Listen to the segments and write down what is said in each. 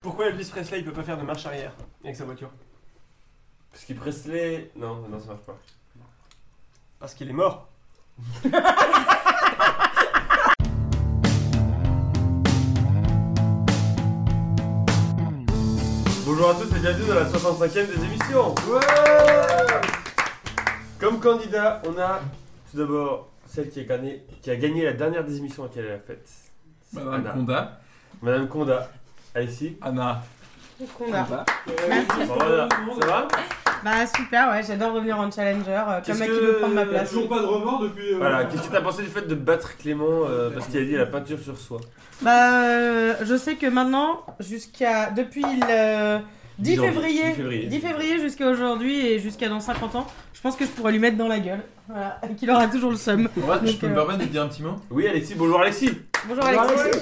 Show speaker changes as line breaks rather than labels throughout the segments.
Pourquoi Elvis Presley il peut pas faire de marche arrière avec sa voiture
Parce qu'il Presley. Non, non, ça marche pas.
Parce qu'il est mort.
Bonjour à tous et bienvenue dans la 65e des émissions. Comme candidat, on a tout d'abord celle qui a, gagné, qui a gagné la dernière des émissions à laquelle elle a faite. C'est
Madame
Anna.
Conda.
Madame Conda. Elle est ici.
Anna.
Conda.
Bon,
Merci.
voilà. Ça va
Bah super, ouais, j'adore revenir en challenger. euh, Comme
Qu'est-ce
mec qui
que-
veut prendre ma place.
Toujours pas de remords depuis. euh,
Voilà, qu'est-ce que t'as pensé du fait de battre Clément euh, parce qu'il a dit la peinture sur soi
Bah euh, je sais que maintenant, jusqu'à depuis le 10
Dix ans,
février,
10 février.
10 février jusqu'à aujourd'hui et jusqu'à dans 50 ans, je pense que je pourrais lui mettre dans la gueule. Voilà, et qu'il aura toujours le seum.
Ouais, je
Donc,
peux me
euh,
permettre de dire un petit mot
Oui, Alexis, bonjour Alexis.
Bonjour Alexis.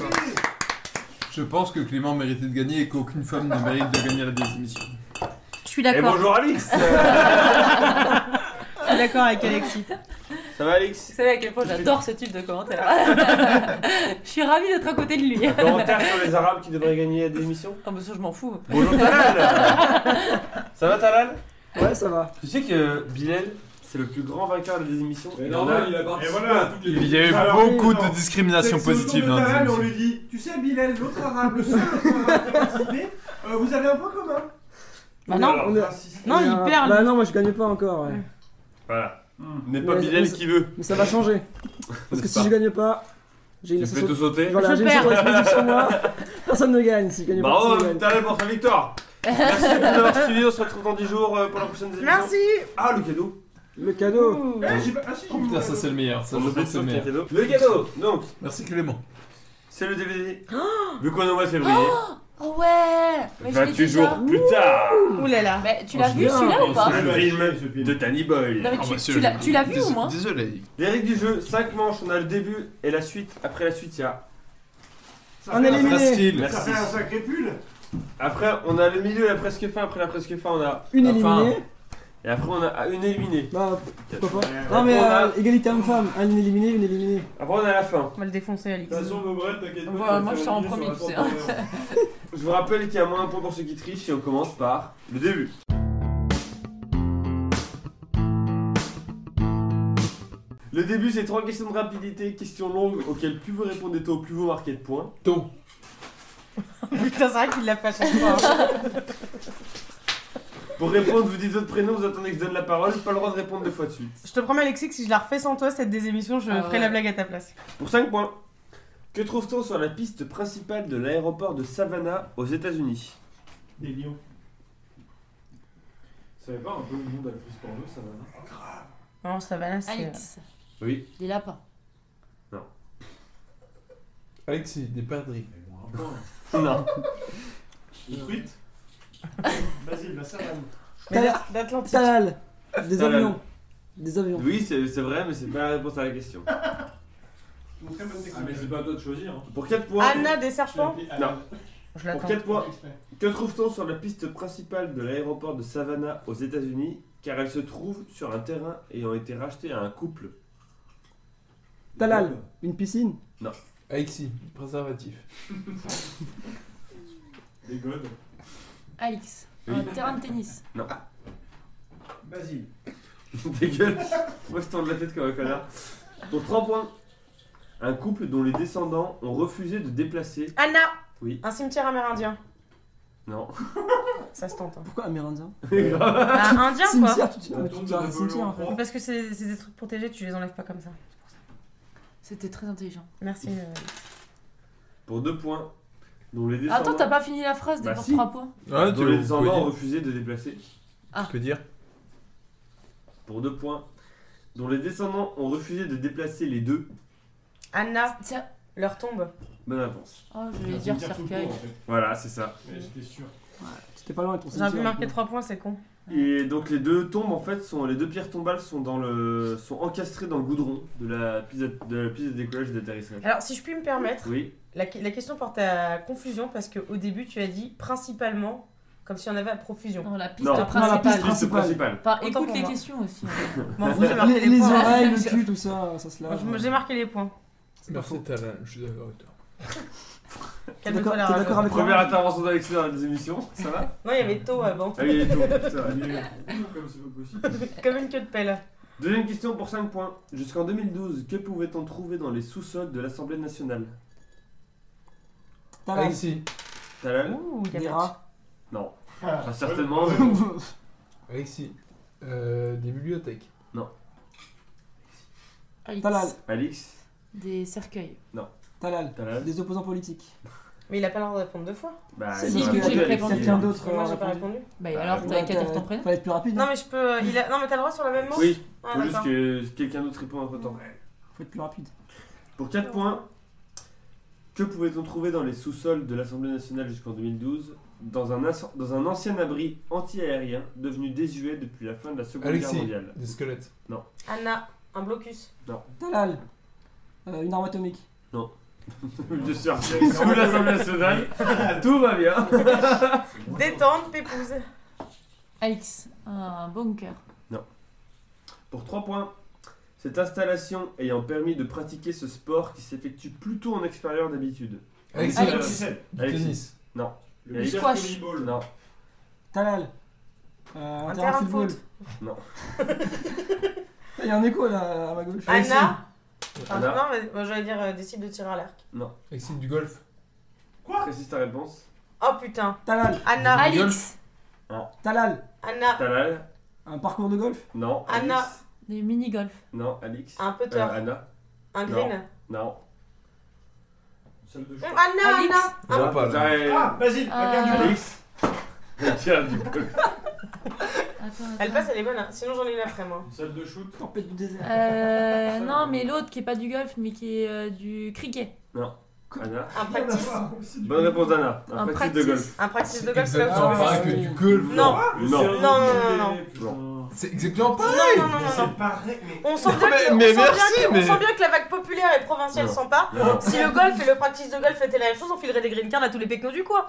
Je pense que Clément méritait de gagner et qu'aucune femme ne mérite de gagner la deuxième émission.
Je suis
Et
d'accord.
bonjour Alix.
Je suis d'accord avec Alexis.
ça va Alix
Vous savez à quel point j'adore ce type de commentaire. je suis ravie d'être à côté de lui.
Un commentaire sur les Arabes qui devraient gagner des émissions
Ah, mais ça, je m'en fous.
Bonjour Talal Ça va Talal
Ouais, ça va.
Tu sais que Bilal, c'est le plus grand vainqueur des émissions.
Mais
Il
non,
en a-
il a participé
Et voilà.
à toutes les.
Il y a eu
Alors,
beaucoup
non.
de hein, discrimination
C'est- c'est au
positive
tour
dans la
de Talal, on
émission.
lui dit Tu sais, Bilal, l'autre arabe, le seul autre arabe qui a participé, euh, vous avez un point commun.
Bah non,
Alors,
Ah on est-
Raciste.
non,
Mais,
il
euh,
perd.
Bah non, moi je gagne pas encore, ouais.
Voilà.
Hmm.
N'est pas
Ouais,
Bilal
c'est-
qui veut.
Mais ça va changer. Parce que
N'est-ce
si je
pas
gagne pas, j'ai une
Tu fais tout
association.
sauter.
Voilà,
Je
j'ai une
perds.
association sur moi. Personne ne gagne si je gagne pas.
Bravo
personne ne gagne.
Talal pour ta victoire. Merci de nous avoir suivis. On se retrouve dans 10 jours euh, pour la prochaine émission.
Merci.
Ah, le cadeau.
Le cadeau.
Eh, j'ai pas- ah, si, j'ai
Oh
mon
putain, ça
cadeau.
c'est le meilleur. Ça,
On
je
oublie
pense que c'est
toujours
le
qu'il y a
meilleur.
un cadeau. Le cadeau. Donc,
Merci Clément.
c'est le DVD. Vu qu'on est au mois de février,
Oh ouais Mais je l'ai
28
déjà.
jours plus tard,
Ouh là là.
Mais tu
Oh,
l'as
c'est
vu
bien.
celui-là ou pas
le film
Ce
de
film.
Danny Boyle.
Non, mais tu-
Ah, bah,
tu
c'est-
l'as- tu l'as vu,
Dés-
au moins
Désolé.
Les règles du jeu, 5 manches, on a le début et la suite. Après la suite, il y a.
Ça
On
fait
est
un-
éliminé.
Ah, Facile.
Ça
Merci.
fait un sacré pull.
Après, on a le milieu et la presque fin. Après la presque fin, on a.
Une
La fin.
éliminée.
Et après, on a une éliminée.
Bah, pourquoi pas.
Ouais.
Non, mais
on a-
euh, égalité homme-femme. Un éliminé, une éliminée.
Après, on a la fin.
On va le défoncer
De
Alexis.
toute façon, Bobrel, t'inquiète pas.
Voilà,
tu vas
moi,
te
je
faire
sors en
éliminer
premier,
sur la porte d'honneur.
Je vous rappelle qu'il y a moins un point pour ceux qui trichent et on commence par le début. Le début, c'est trois questions de rapidité, questions longues auxquelles plus vous répondez tôt, plus vous marquez de points.
Tôt.
Putain, c'est vrai qu'il l'a pas chaque fois. hein.
Pour répondre, vous dites votre prénom, vous attendez que je donne la parole, pas le droit de répondre deux fois de suite.
Je te promets Alexis que si je la refais sans toi cette désémission, je
Ah
ferai
ouais.
la blague à ta place.
Pour 5 points. Que trouve-t-on sur la piste principale de l'aéroport de Savannah aux États-Unis
Des lions. Ça savez pas un peu le monde a le plus pour nous, ça va non
Non, ça va là, c'est... euh,
Alex,
Oui.
des lapins.
Alexis, des perdrix.
Non.
Les truites Vas-y, bah, la savane.
Mais
T'as-
d'A- D'Atlantique.
Talal. Des
Talal.
avions. Des avions.
Oui, c'est c'est vrai, mais c'est pas la réponse à la question.
Une très bonne technique. Ah, mais c'est pas à toi ah, de choisir. Hein.
Pour 4 points.
Anna des serpents
Non.
Je
Pour
l'attends.
4 points. Que trouve-t-on sur la piste principale de l'aéroport de Savannah aux États-Unis car elle se trouve sur un terrain ayant été racheté à un couple
Talal. Une piscine.
Alexis, préservatif.
Des godes.
Alix,
Oui.
un terrain de tennis.
Basile.
Dégueule Moi je tourne la tête comme un connard. Pour 3 points. Un couple dont les descendants ont refusé de déplacer.
Anna
Oui.
Un cimetière amérindien.
Non.
Ça se tente. hein.
Pourquoi amérindien
Grave.
Bah, indien quoi
Cimetière, tout de suite.
La
Ah, mais
tombe
tu
de
dois un
Napoléon
cimetière en fait.
III.
Parce que c'est c'est des trucs protégés, tu les enlèves pas comme ça.
C'était très intelligent.
Merci. euh,
Pour 2 points. Dont les descendants,
Attends, t'as pas fini la phrase des
Bah
pour
si.
3 points.
Ouais,
dont les descendants ont refusé de déplacer.
Tu peux dire
Pour 2 points. Dont les descendants ont refusé de déplacer les deux.
Anna,
Ça-
leur tombe.
Bonne réponse.
Oh, je vais dire
tout
cercueil.
court, en fait.
Voilà, c'est ça.
Mais J'étais sûr.
C'était pas loin avec ton
J'ai
cimetière.
pu marquer 3 points, c'est con.
Et donc les deux tombes en fait sont les deux pierres tombales sont dans le sont encastrées dans le goudron de la piste de- de la piste de décollage et d'atterrissage.
Alors, si je puis me permettre,
Oui,
la, que- la question porte à confusion parce qu'au début, tu as dit principalement comme si on avait à profusion.
Non, la piste
Non. Non, la
piste
principale.
piste
principale.
principale.
Enfin,
Autant
écoute
pour
les
moi.
questions aussi. hein.
M'en fous, j'ai marqué
Les,
les
les
points.
oreilles, le cul, tout ça, ça se lave.
J'ai marqué les points.
C'est pas
Merci
faux.
Talal, je suis d'accord avec toi.
Calme-toi, la
d'accord- t'es
rageuse.
d'accord avec moi
Première intervention d'Alexis dans les émissions, ça va
Non, il y avait tôt avant.
Ah oui, il est tôt, c'est vrai.
Comme c'est pas possible.
Comme une queue de pelle.
Deuxième question pour 5 points. Jusqu'en 2012, que pouvait-on trouver dans les sous-sols de l'Assemblée nationale
Talal,
Alexis.
Talal
Ouh, il y a
des
match.
rats.
Non. Enfin, certainement. euh, mais-
Alexis. Euh, des bibliothèques.
Talal,
Alix
Des cercueils.
Talal.
Talal
Des opposants politiques.
Mais il a pas le droit de répondre deux fois.
Bah,
Si,
il
si,
a
j'ai
répondu,
répondu.
Alexis.
Quelqu'un d'autre
Parce que moi,
euh,
j'ai pas
répond.
répondu.
Bah,
Bah,
alors, t'avais
Ouais,
qu'à dire ton prénom.
euh, Fallait être plus rapide.
Non,
hein.
mais je peux. euh, il a... Non, mais t'as le droit sur la même manche
Oui,
Ah,
faut juste
d'accord.
que quelqu'un d'autre réponde entre temps.
Faut être plus rapide.
Pour 4 points, que pouvait-on trouver dans les sous-sols de l'Assemblée nationale jusqu'en 2012 dans un, asso- dans un ancien abri anti-aérien devenu désuet depuis la fin de la Seconde
Alexis.
Guerre mondiale
Des squelettes.
Anna, un blocus.
Talal. Euh, une arme atomique.
Je suis arrivé sous l'Assemblée nationale, tout va bien.
Détente, pépouze.
Alix, un bunker.
Pour 3 points, cette installation ayant permis de pratiquer ce sport qui s'effectue plutôt en extérieur d'habitude.
Alexis.
Alex.
Du
Alexis.
tennis.
Le
Alix.
Mr.
Squash.
Volleyball.
Non,
Talal. Euh,
Un terrain de foot.
Ah, Il y a un écho là à ma gauche.
Alexis.
Anna. Ah,
Anna.
Non, mais bon, j'allais dire euh, décide de tirer à l'arc.
Alexis, du golf.
précise ta réponse.
Oh putain.
Talal.
Anna,
Ah,
Alix,
Talal.
Anna,
Talal
Un parcours de golf.
Non.
Anna.
Alix
des mini-golf.
Non, Alix
un
Euh,
putter,
Anna
un green.
Non.
Salle de
Hum,
Ah.
choix.
Anna,
Alix.
Anna.
Non,
Anna,
pas, là.
t'arrêtes.
Ah, vas-y,
Ah.
regarde du
Alix Tiens, du coup.
Attends,
Elle
attends.
passe, elle est bonne. hein. Sinon, j'en ai une après moi.
Une salle de shoot.
Tempête du désert.
Euh, non, mais l'autre qui est pas du golf, mais qui est euh, du cricket.
Anna.
Un practice.
Bonne réponse d'Anna. Un,
Un
practice,
practice.
de golf.
Un practice de golf, c'est
exactement
là où
Ah,
pareil
on
que
oui.
du golf.
Non.
Non.
Non, non, non, non.
non.
C'est exactement pas.
Non, non, non, non.
C'est pareil, mais.
On sent, bien
mais-
que, on
mais
sent bien
merci,
que- on
mais-
sent bien que la vague populaire et provinciale
Non.
sont pas.
Non.
Si le golf et le practice de golf étaient la même chose, on filerait des green cards à tous les pecnos du coin.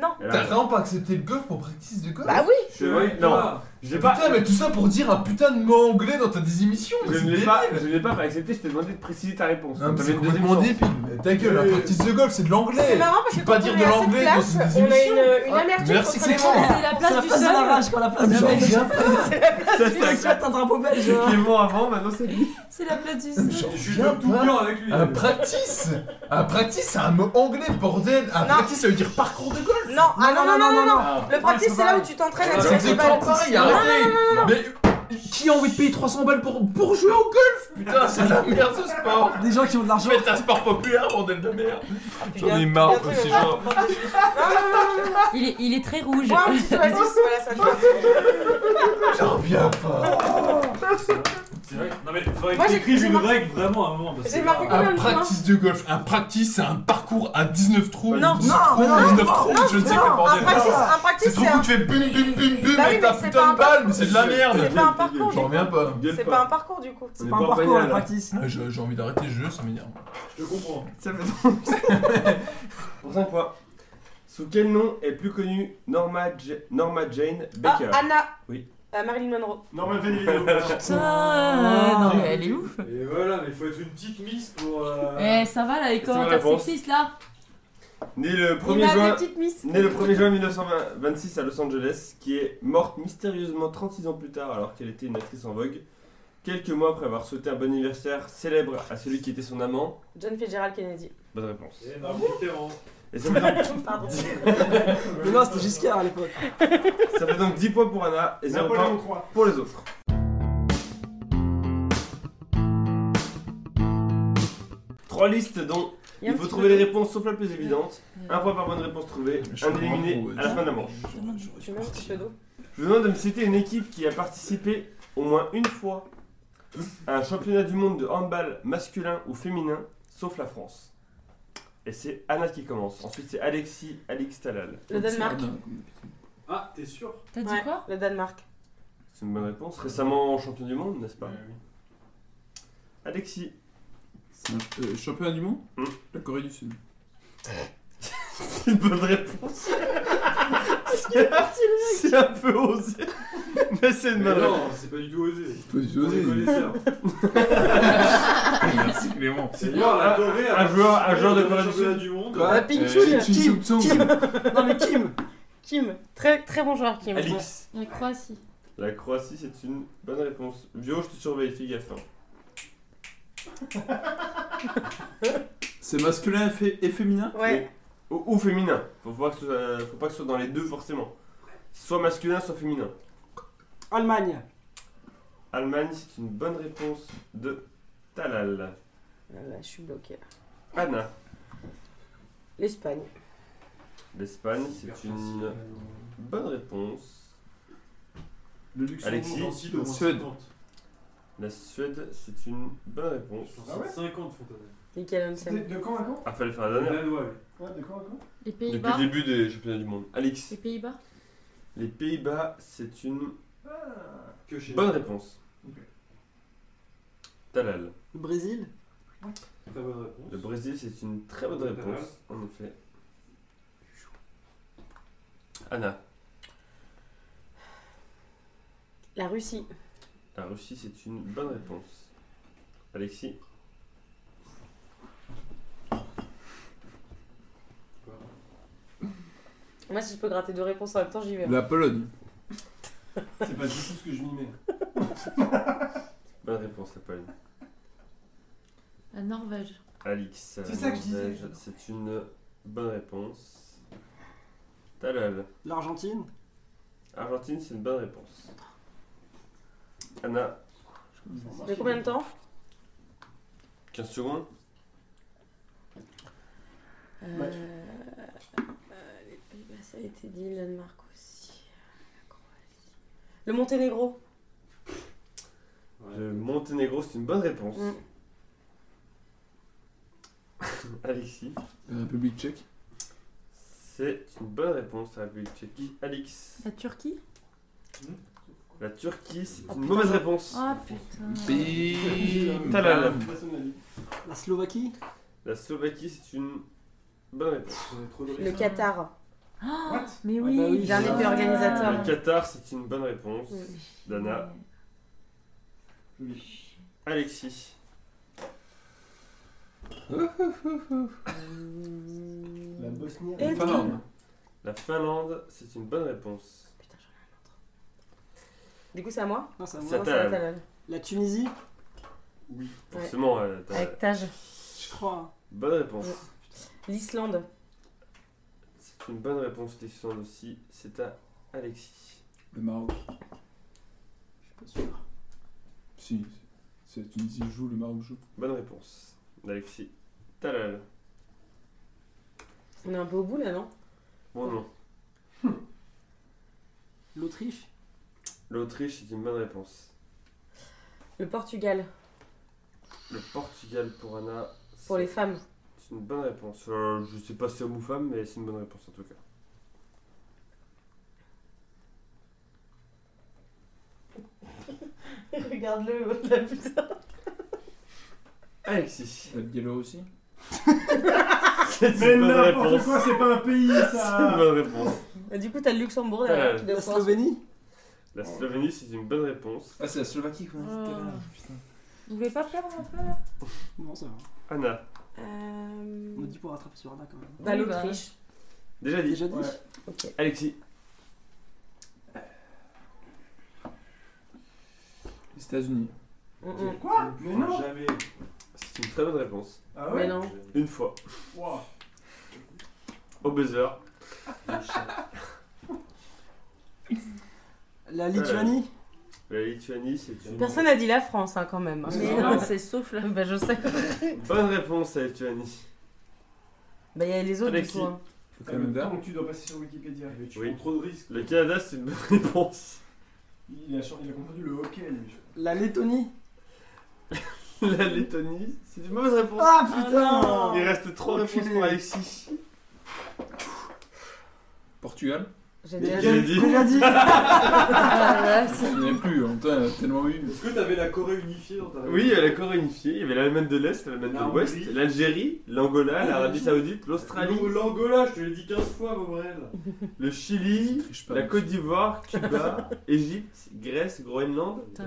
Non.
Elle
T'as
a-
vraiment pas accepté le golf pour practice de golf
Bah oui.
Je oui, non. Je l'ai pas.
Putain, mais tout ça pour dire un putain de mot anglais dans ta des émissions mais
Je
c'est
ne l'ai
débile.
pas. Je ne l'ai pas accepté. Je t'ai demandé de préciser ta réponse.
Non, mais
T'avais
c'est
une deuxième
complètement
chance.
débile. Mais Ta gueule, la practice de golf, c'est de
C'est
l'anglais.
marrant parce
Tu
que
peux
quand
pas
on
dire
est
de
à cette
l'anglais
place,
dans ces
on a
émissions.
une, une amertume
Merci,
contre les
Clément.
gens.
C'est la
C'est
place
la
du
place de la
sol.
rage quand la
Ah,
place
mais
du
j'en
sol.
viens pas.
Ça,
Tu
c'est
souhaites un drapeau belge.
Clément avant, maintenant c'est lui.
C'est la place du sol.
J'en
Je suis de
viens Ah,
tout
pas.
dur avec lui.
Un practice Un practice, c'est un mot anglais, bordel Un
Non.
practice, ça veut dire parcours de golf
Non, ah non, non, non, non, non.
Ah.
Le practice, Ah, c'est là où tu t'entraînes à
C'est
tirer tes balles.
exactement pareil, arrêtez Mais qui a envie de payer 300 balles pour, pour jouer au golf Putain, c'est de la merde ce sport
Des gens qui ont de l'argent.
Faites un sport populaire, bordel de merde J'en ai marre
Bien
après
sûr.
ces gens.
Non, non, non, non, non.
Il est, il est très rouge.
Bois un petit oasis, voilà, ça te fait.
J'en reviens pas
C'est vrai. Non, mais faudrait
Moi,
que
j'ai-
t'écrives
j'ai
une
marqué-
règle vraiment à un moment. parce que
J'ai
là-
marqué combien
Un
de points
practice de golf, un practice, c'est un parcours à 19 trous,
Non,
10
non,
trous,
non,
19 trous, je sais que le
Un
bordel de
practice,
merde.
un
C'est
practice,
trop
c'est
cool,
un-
tu fais bum bum bum bum
Bah oui,
avec ta
mais c'est
putain
pas un
de balle, mais c'est de la
c'est
merde
pas un parcours.
J'en reviens pas
Gueule
c'est
pas.
pas un parcours du coup.
On est
C'est pas un
pas
parcours
payé,
la
là.
practice.
Ah, je- J'ai envie d'arrêter le jeu, ça m'énerve.
Je comprends.
Ça fait
Pour 5 points. Sous quel nom est plus connue Norma, Ja- Norma Jane
Ah,
Baker
Anna.
Oui.
Euh, Marilyn Monroe.
Norman Vanille.
Putain, euh, non, mais elle est ouf.
Et voilà, mais faut être une petite miss pour. euh,
Eh, ça va là, les
C'est
commentaires
ma réponse.
sexistes là
Né le
ah. Il
1er
a des
juin
petites miss.
Né le 1er juin 1926 à Los Angeles, qui est morte mystérieusement 36 ans plus tard alors qu'elle était une actrice en vogue, quelques mois après avoir souhaité un bon anniversaire célèbre à celui qui était son amant.
John Fitzgerald Kennedy.
Bonne réponse.
Et non, Eh ben, différent.
Et ça fait donc,
Pardon.
Mais non, c'était Giscard à l'époque.
ça fait donc 10 points pour Anna et 0
Napoléon
points
III.
pour les autres. Trois listes dont
Il y a
il
un
faut
petit
trouver
peu-
les réponses sauf la plus évidente. Un point par bonne réponse trouvée, un éliminé à
euh,
la fin de la manche.
Tu mets un petit peu d'eau.
Je vous demande de me citer une équipe qui a participé au moins une fois à un championnat du monde de handball masculin ou féminin, sauf la France. Et c'est Anna qui commence. Ensuite, c'est Alexis, Alix Talal.
Le Danemark.
Ah, t'es sûr
T'as dit
Ouais,
quoi
Le Danemark.
C'est une bonne réponse. Eh Récemment champion du monde, n'est-ce pas Alexis.
championnat euh, du monde
Hmm.
La Corée du Sud.
C'est une bonne réponse. c'est un peu osé. Mais c'est une
Mais
bonne réponse.
Non, c'est pas du tout osé.
Pas du tout
On
osé.
est connaisseurs.
Merci Clément.
C'est moi, la
Corée
a un joueur- un joueur de Corée du Sud.
du monde.
Bah, Ping
Euh,
Chun,
Kim
Kim,
Sung-sung.
Kim. Non mais Kim.
Kim, très très bon joueur Kim.
Alix.
La Croatie.
La Croatie, c'est une bonne réponse. Vio, je te surveille, fais gaffe. hein.
C'est masculin et, fé- et féminin
Ouais.
Ou, ou féminin. Faut pas, que ce soit, faut pas que ce soit dans les deux forcément. Soit masculin, soit féminin.
Allemagne.
Allemagne, c'est une bonne réponse de Talal.
Ah là, je suis bloquée.
Anna.
L'Espagne.
L'Espagne, c'est une bonne réponse.
Le
Alexis.
Luxembourg, Nancy, devant
Suède.
50.
La Suède, c'est une bonne réponse.
Ah ouais 50
Michael Hansen.
De quand à quand
Ah, fallait faire la dernière.
Danois, oui. Ouais, de quand à quand
Les
Depuis
Pays-Bas.
le début des championnats du monde. Alix.
Les Pays-Bas.
Les Pays-Bas, c'est une
Que chez
bonne réponse.
Ok.
Talal.
Le Brésil.
Très bonne réponse.
Le Brésil, c'est une très bonne
Talal.
réponse, en effet. Anna.
La Russie.
La Russie, c'est une bonne réponse. Alexis
Moi, si je peux gratter deux réponses en même temps, j'y vais.
La Pologne.
C'est pas du tout ce que je m'y mets.
Bonne réponse, la Pologne.
La Norvège.
Alix.
C'est ça que je disais,
Norvège,
j'adore.
C'est une bonne réponse. Talal.
L'Argentine.
Argentine, c'est une bonne réponse. Anna,
Mais combien de temps
15 secondes.
Euh, euh, les Pays-Bas, ça a été dit, le Danemark aussi, la Croatie. Le Monténégro.
Le Euh, Monténégro, c'est une bonne réponse.
Mm.
Alexis.
La République tchèque.
C'est une bonne réponse, la République tchèque. Alix.
La Turquie.
La Turquie, c'est
Oh,
une
putain.
mauvaise réponse.
Ah putain.
Bim.
Talal.
La Slovaquie.
La Slovaquie, c'est une bonne réponse.
Le Qatar.
Ah, mais oui,
bah oui,
Dernier
Ah.
pays organisateur.
Le Qatar, c'est une bonne réponse.
Oui.
Dana. Alexis.
La Bosnie.
Et
Finlande.
La Finlande, c'est une bonne réponse.
Putain, j'en ai un autre. Du coup, c'est à moi
Non, ça,
Ça
voilà.
Non, c'est à
t'a-
Talal.
La Tunisie.
Forcément, euh, t'as-
Avec Taj.
Je crois.
bonne réponse.
Ouais. L'Islande.
C'est une bonne réponse, l'Islande aussi. C'est à Alexis.
Le Maroc.
Je suis pas sûr.
Si. C'est la Tunisie joue, le Maroc joue.
Bonne réponse d'Alexis. Talal.
On est un peu au bout là, non
Bon non.
L'Autriche.
L'Autriche, c'est une bonne réponse.
Le Portugal,
Le Portugal pour Anna.
pour les femmes.
C'est une bonne réponse. Euh, je sais pas si c'est homme ou femme, mais c'est une bonne réponse en tout cas.
Regarde-le, la putain.
Alexis.
La Biélorussie.
C'est
Mais
une bonne
n'importe
réponse.
quoi, c'est pas un pays
C'est une
ça
bonne réponse.
Bah, Du coup, t'as le Luxembourg derrière
Talal.
qui doit
La
pouvoir-
Slovénie.
La Slovénie, c'est une bonne réponse.
Ah, c'est la Slovaquie qu'on a dit tout à
Oh.
l'heure.
Ah.
putain.
Vous voulez pas perdre un peu
Non, ça va.
Anna.
Euh,
On a dit pour rattraper sur Anna quand même.
Bah,
Oui, bah.
l'Autriche.
Déjà dit.
Déjà dit.
Alexis.
Les États-Unis.
Mm, mm.
Quoi Mais non
Jamais. C'est une très bonne réponse.
Ah
Mais
ouais
non.
Une fois.
Wow.
Au buzzer.
La Lituanie.
La Lituanie, c'est une
Personne n'a dit la France hein, quand même.
Mais non, c'est sauf là.
Bah, je sais.
bonne réponse, la Lituanie.
Bah, il y a les autres
Alexis.
du coup. hein.
Le
Ah, mais
Canada.
donc tu dois passer sur Wikipédia. Mais tu
Oui.
prends trop de risques.
Le Canada, c'est une bonne réponse.
Il a, chang- il a confondu le hockey, lui.
La Lettonie.
La Lettonie, c'est une mauvaise réponse.
Ah
non.
putain.
Il reste trois réponses
Enculé.
pour Alexis.
Portugal.
J'ai
Mais
déjà
j'ai
dit.
dit.
Déjà dit. Ah, là,
Je
si.
me souviens plus, hein, putain, elle a tellement eu.
Est-ce que t'avais la Corée unifiée dans ta
Oui, il y avait la Corée unifiée, il y avait l'Allemagne de l'Est, l'Allemagne de
La
l'Ouest,
Hongrie.
l'Algérie,
Ah,
l'Angola, l'Arabie Saoudite, l'Australie,
L'Ang- L'Angola, je te l'ai dit 15 fois, Bobrel.
le Chili,
Triche pas.
la Côte d'Ivoire, Cuba, Égypte, Grèce, Groenland,
Ah,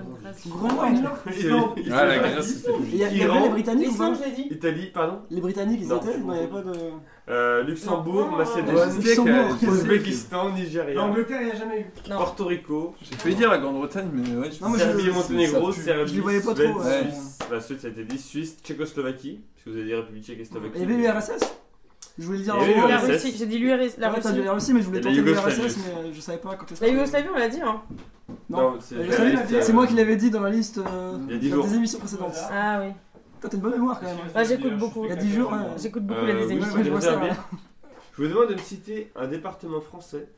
Groenland.
Islande.
Islande,
Ah, la Grèce, c'était
Il y a- il y
Iran.
avait les Britanniques ou pas
L'Islande, je l'ai dit.
Italie, pardon,
Les Britanniques, ils
Non,
étaient
je
Non, il n'y avait
comprends.
pas de.
euh, Luxembourg,
Non.
Macédoine,
Je sais Luxembourg,
qu'elle-
Ouzbékistan, Nigeria,
L'Angleterre, il n'y a jamais eu.
Non.
Porto Rico,
J'ai failli dire la Grande-Bretagne, mais ouais, je
Non, moi, je-
Serbie,
c'est-
Monténégro,
ça pue.
Serbie,
Je les voyais pas
Suède,
trop.
ouais.
Suisse, la Suède ça a été dit, Suisse, Tchécoslovaquie, puisque vous avez dit République tchèque et Slovaquie.
Il y avait l'URSS Je voulais le dire
Il y avait
avant.
La
l'URSS.
Russie, j'ai dit l'URSS. La
Ouais, t'as
Russie.
dit la Russie, mais je voulais
Et la
tenter
Yougoslavie.
l'URSS, mais je savais pas quand est-ce
La
que-
Yougoslavie, on l'a dit, hein.
Non.
c'est
La
la
Yougoslavie,
liste,
C'est
euh,
moi qui l'avais dit dans la liste euh,
Il y a dix
dans
jours.
des émissions précédentes.
Voilà.
Ah oui.
Toi, t'as une bonne mémoire quand même.
Bah, j'écoute beaucoup.
Il y a 10 jours, hein.
J'écoute beaucoup
Euh,
les
oui,
émissions.
oui,
je vois
bien,
ça.
bien. Je vous demande de me citer un département français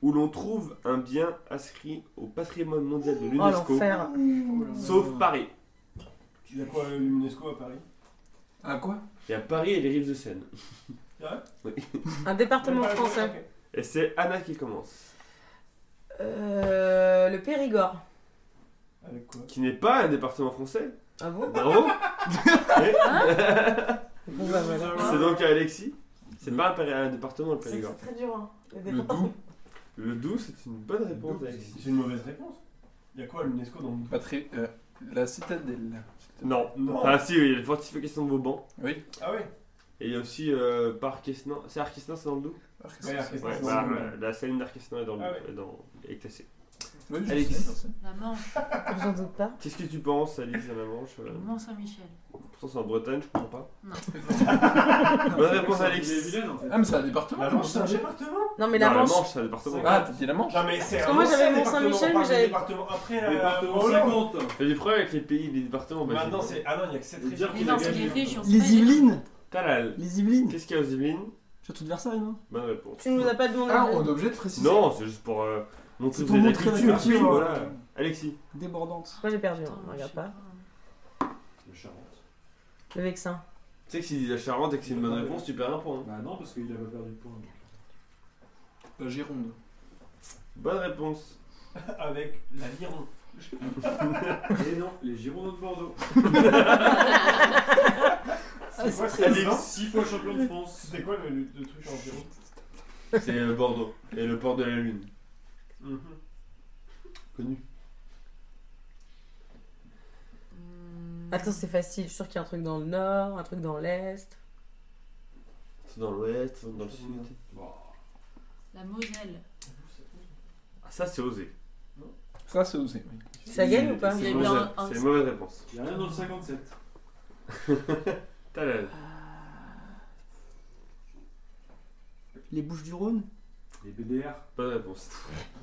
où l'on trouve un bien inscrit au patrimoine mondial de
Oh
l'UNESCO,
l'enfer.
sauf Paris.
Tu as quoi, euh, l'UNESCO à Paris
À Ah, quoi
Il y a Paris et les rives de Seine.
Un département français.
Et c'est Anna qui commence,
Euh, le Périgord.
Avec quoi
qui n'est pas un département français.
Ah bon
Bravo
Bon bah voilà.
C'est donc à Alexis. C'est
Mm.
pas un Paris- un département, le
C'est que
Périgord.
c'est très dur. Hein. Le
Le
département.
Doubs
Le Doubs, c'est une bonne réponse, Alexis.
C'est une mauvaise réponse. Il y a quoi, l'UNESCO dans le monde
Pas très. euh, La citadelle.
Non.
Non.
Ah si, oui, il y a la fortification de Vauban.
Oui.
Ah ouais
Et il y a aussi euh, par Arquesnan. C'est Arquesnan, c'est dans le Doubs
Ah, qu'est-ce
Ouais,
que c'est
Arcachon.
Ouais,
c'est
voilà,
dans le
la- la Seine d'Arquestan est dans le
Ah ouais.
est dans- est classée.
Oui, je
Alexis.
sais, je sais.
La Manche,
J'en doute pas.
Qu'est-ce que tu penses, Alice à la Manche euh,
le Mont Saint-Michel.
Pourtant, c'est en Bretagne, je comprends pas.
Non.
Bonne réponse,
C'est
Alexis.
vilaine, en fait.
Ah, mais c'est un département.
La
le
Manche, c'est un
Mont-Saint-Michel.
département
Non mais
Non,
la Manche.
c'est un département.
Ah, t'as dit la Manche
Non, mais c'est un
Parce que moi,
ancien
j'avais
département,
Mont-Saint-Michel,
on parle
mais
des
j'avais-
départements après
Le
la
département
Hollande.
T'as du problème avec les pays, les départements. bah,
Maintenant,
j'ai-
c'est. Ah non, il n'y a que 7
Dire
régions.
Mais non, c'est les riches, on se
Les
fait-
Yvelines
Talal.
Les Yvelines
Qu'est-ce qu'il y a aux Yvelines
Surtout de Versailles, non
Bonne réponse.
Tu nous as pas demandé.
Ah, on est obligé de préciser.
Non, c'est juste pour euh, montrer
C'est
que
pour
vous avez de la
montrer la
culture.
culture,
oui,
ouais.
voilà. Alexis.
Débordante.
Moi j'ai perdu.
Attends,
hein,
je
regarde
sais
pas.
Le Charente.
Le Vexin.
Tu sais que s'il dit la Charente et que c'est une bonne réponse, tu perds un point. hein.
Bah non, parce qu'il a pas perdu de point.
La Gironde.
Bonne réponse.
Avec la Liron. Et non, les Girondins de Bordeaux. Ah, C'est quoi
c'est
c'est
bien.
6 fois champion de France. C'était quoi le, le- le truc en Gironde
C'est euh, Bordeaux. Et le port de la Lune. Mm-hmm. Connu.
Hmm.
Attends, c'est facile. Je suis sûr qu'il y a un truc dans le nord, un truc dans l'est.
C'est dans l'ouest, c'est dans le sud.
Mm-hmm.
La Moselle.
Ah, ça, c'est osé.
Ça, c'est osé. oui.
Ça gagne ou pas
C'est
Il y a
une
eu
mauvaise-
un- un-
c'est une mauvaise réponse.
Il y a rien dans le 57.
Talal.
Les Bouches du Rhône
Les BDR.
Bonne réponse.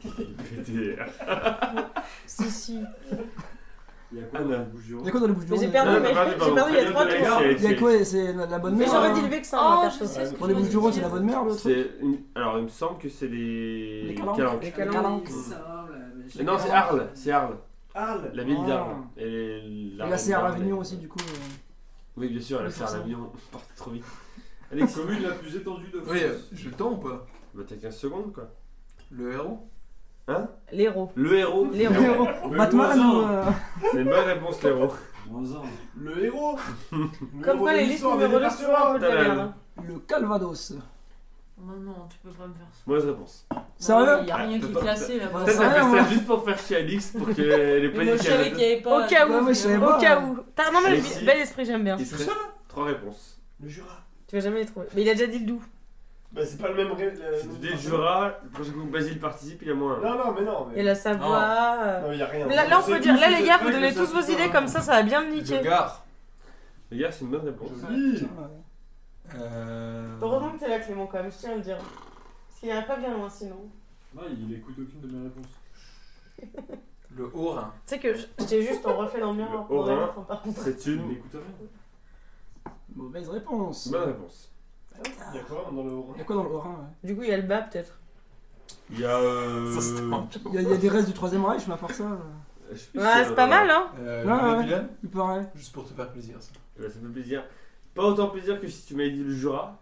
PTR.
Si, si.
Il y a
quoi dans les
Il y a quoi dans les Bouches du
Mais
Rhône
j'ai perdu,
Non,
mais
non,
j'ai perdu il y a trois
pardon.
tours.
Il y a quoi C'est la, la bonne
Mais
mère
j'aurais
hein
dit le Vexin,
Oh,
moi,
je
perso.
sais ce que
Pour les
je
Bouches du Rhône, c'est la
voulais
bonne mère le truc
C'est une- Alors, il me semble que c'est les.
Les calanques.
Les
Les
calanques.
calanques. Mais Non, c'est Arles. C'est Arles.
Arles.
La ville
Ah.
d'Arles. Et les-
Et
la
Là, c'est à
reine
l'Avignon
d'Arles.
aussi, du coup. euh,
Oui, bien sûr, elle a
Oui,
fait un
forcément.
avion. Partait trop vite. Alexis,
commune la plus étendue de France.
Oui, euh, j'ai le temps ou pas
bah t'as 15 secondes quoi.
Le héros
L'héros.
Le héros.
L'héros.
Batman
voisin.
ou. euh,
C'est une bonne réponse, l'héros.
Moins un. Le héros.
Comme quoi, les listes
histoires
numéro 2 sont un peu de la
Talal.
merde. hein.
Le Calvados.
Non, non, tu peux pas me faire ça.
Mauvaise réponse.
Sérieux
Il y a rien qui est
Attends,
classé là-bas.
Ouais,
Peut-être
ça
t'as
va,
fait ça
moi.
juste pour faire chier Alix pour qu'elle ait pas
Mais moi, je
dit
savais qu'il y
qu'elle
avait pas.
Au cas où.
Ouais, moi, je savais
Au
pas.
cas où. T'as- Non, mais
Alexis.
le bel esprit, j'aime bien.
Il te reste 3 réponses.
Le Jura.
Tu vas jamais les trouver. Mais il a déjà dit le doux.
Bah c'est pas le même. ré- le-
C'était
Euh,
le Jura, le prochain coup que Basile participe, il a moins un.
Non non mais non.
Il y
Mais...
a la Savoie. euh.
Non mais y a rien.
Là, là, on
C'est
peut
tout,
dire, là,
c'est
les gars,
cette
vous
feuille,
donnez
c'est
tous
cette
vos
feuille.
idées comme ça, ça va bien me niquer.
Gare.
Les gars, c'est une bonne réponse.
Oui.
Euh...
Heureusement que t'es là, Clément, quand même, je tiens à le dire. Parce qu'il irait pas bien loin sinon.
Non il écoute aucune de mes réponses.
Le Haut-Rhin.
Tu sais que je je t'ai juste en refait dans le mur
Le
hein, pour
Haut-Rhin.
rien, enfin, par contre.
C'est
Il
une
n'écoute rien.
Mauvaise réponse.
bonne réponse.
Y a quoi dans le Haut-Rhin
Il y a quoi dans le Haut-Rhin
Du coup, il y a le bas peut-être.
Il y a. Euh...
Ça, c'est un
ouais Il y a- il y a des restes du Troisième Reich, mais à part ça, euh,
je sais plus si
Ouais, c'est pas mal, hein
Euh,
Ouais, ouais.
le Vilaine,
il paraît.
juste pour te faire plaisir. Ça.
Bah, ça me fait plaisir. Pas autant plaisir que si tu m'avais dit le Jura.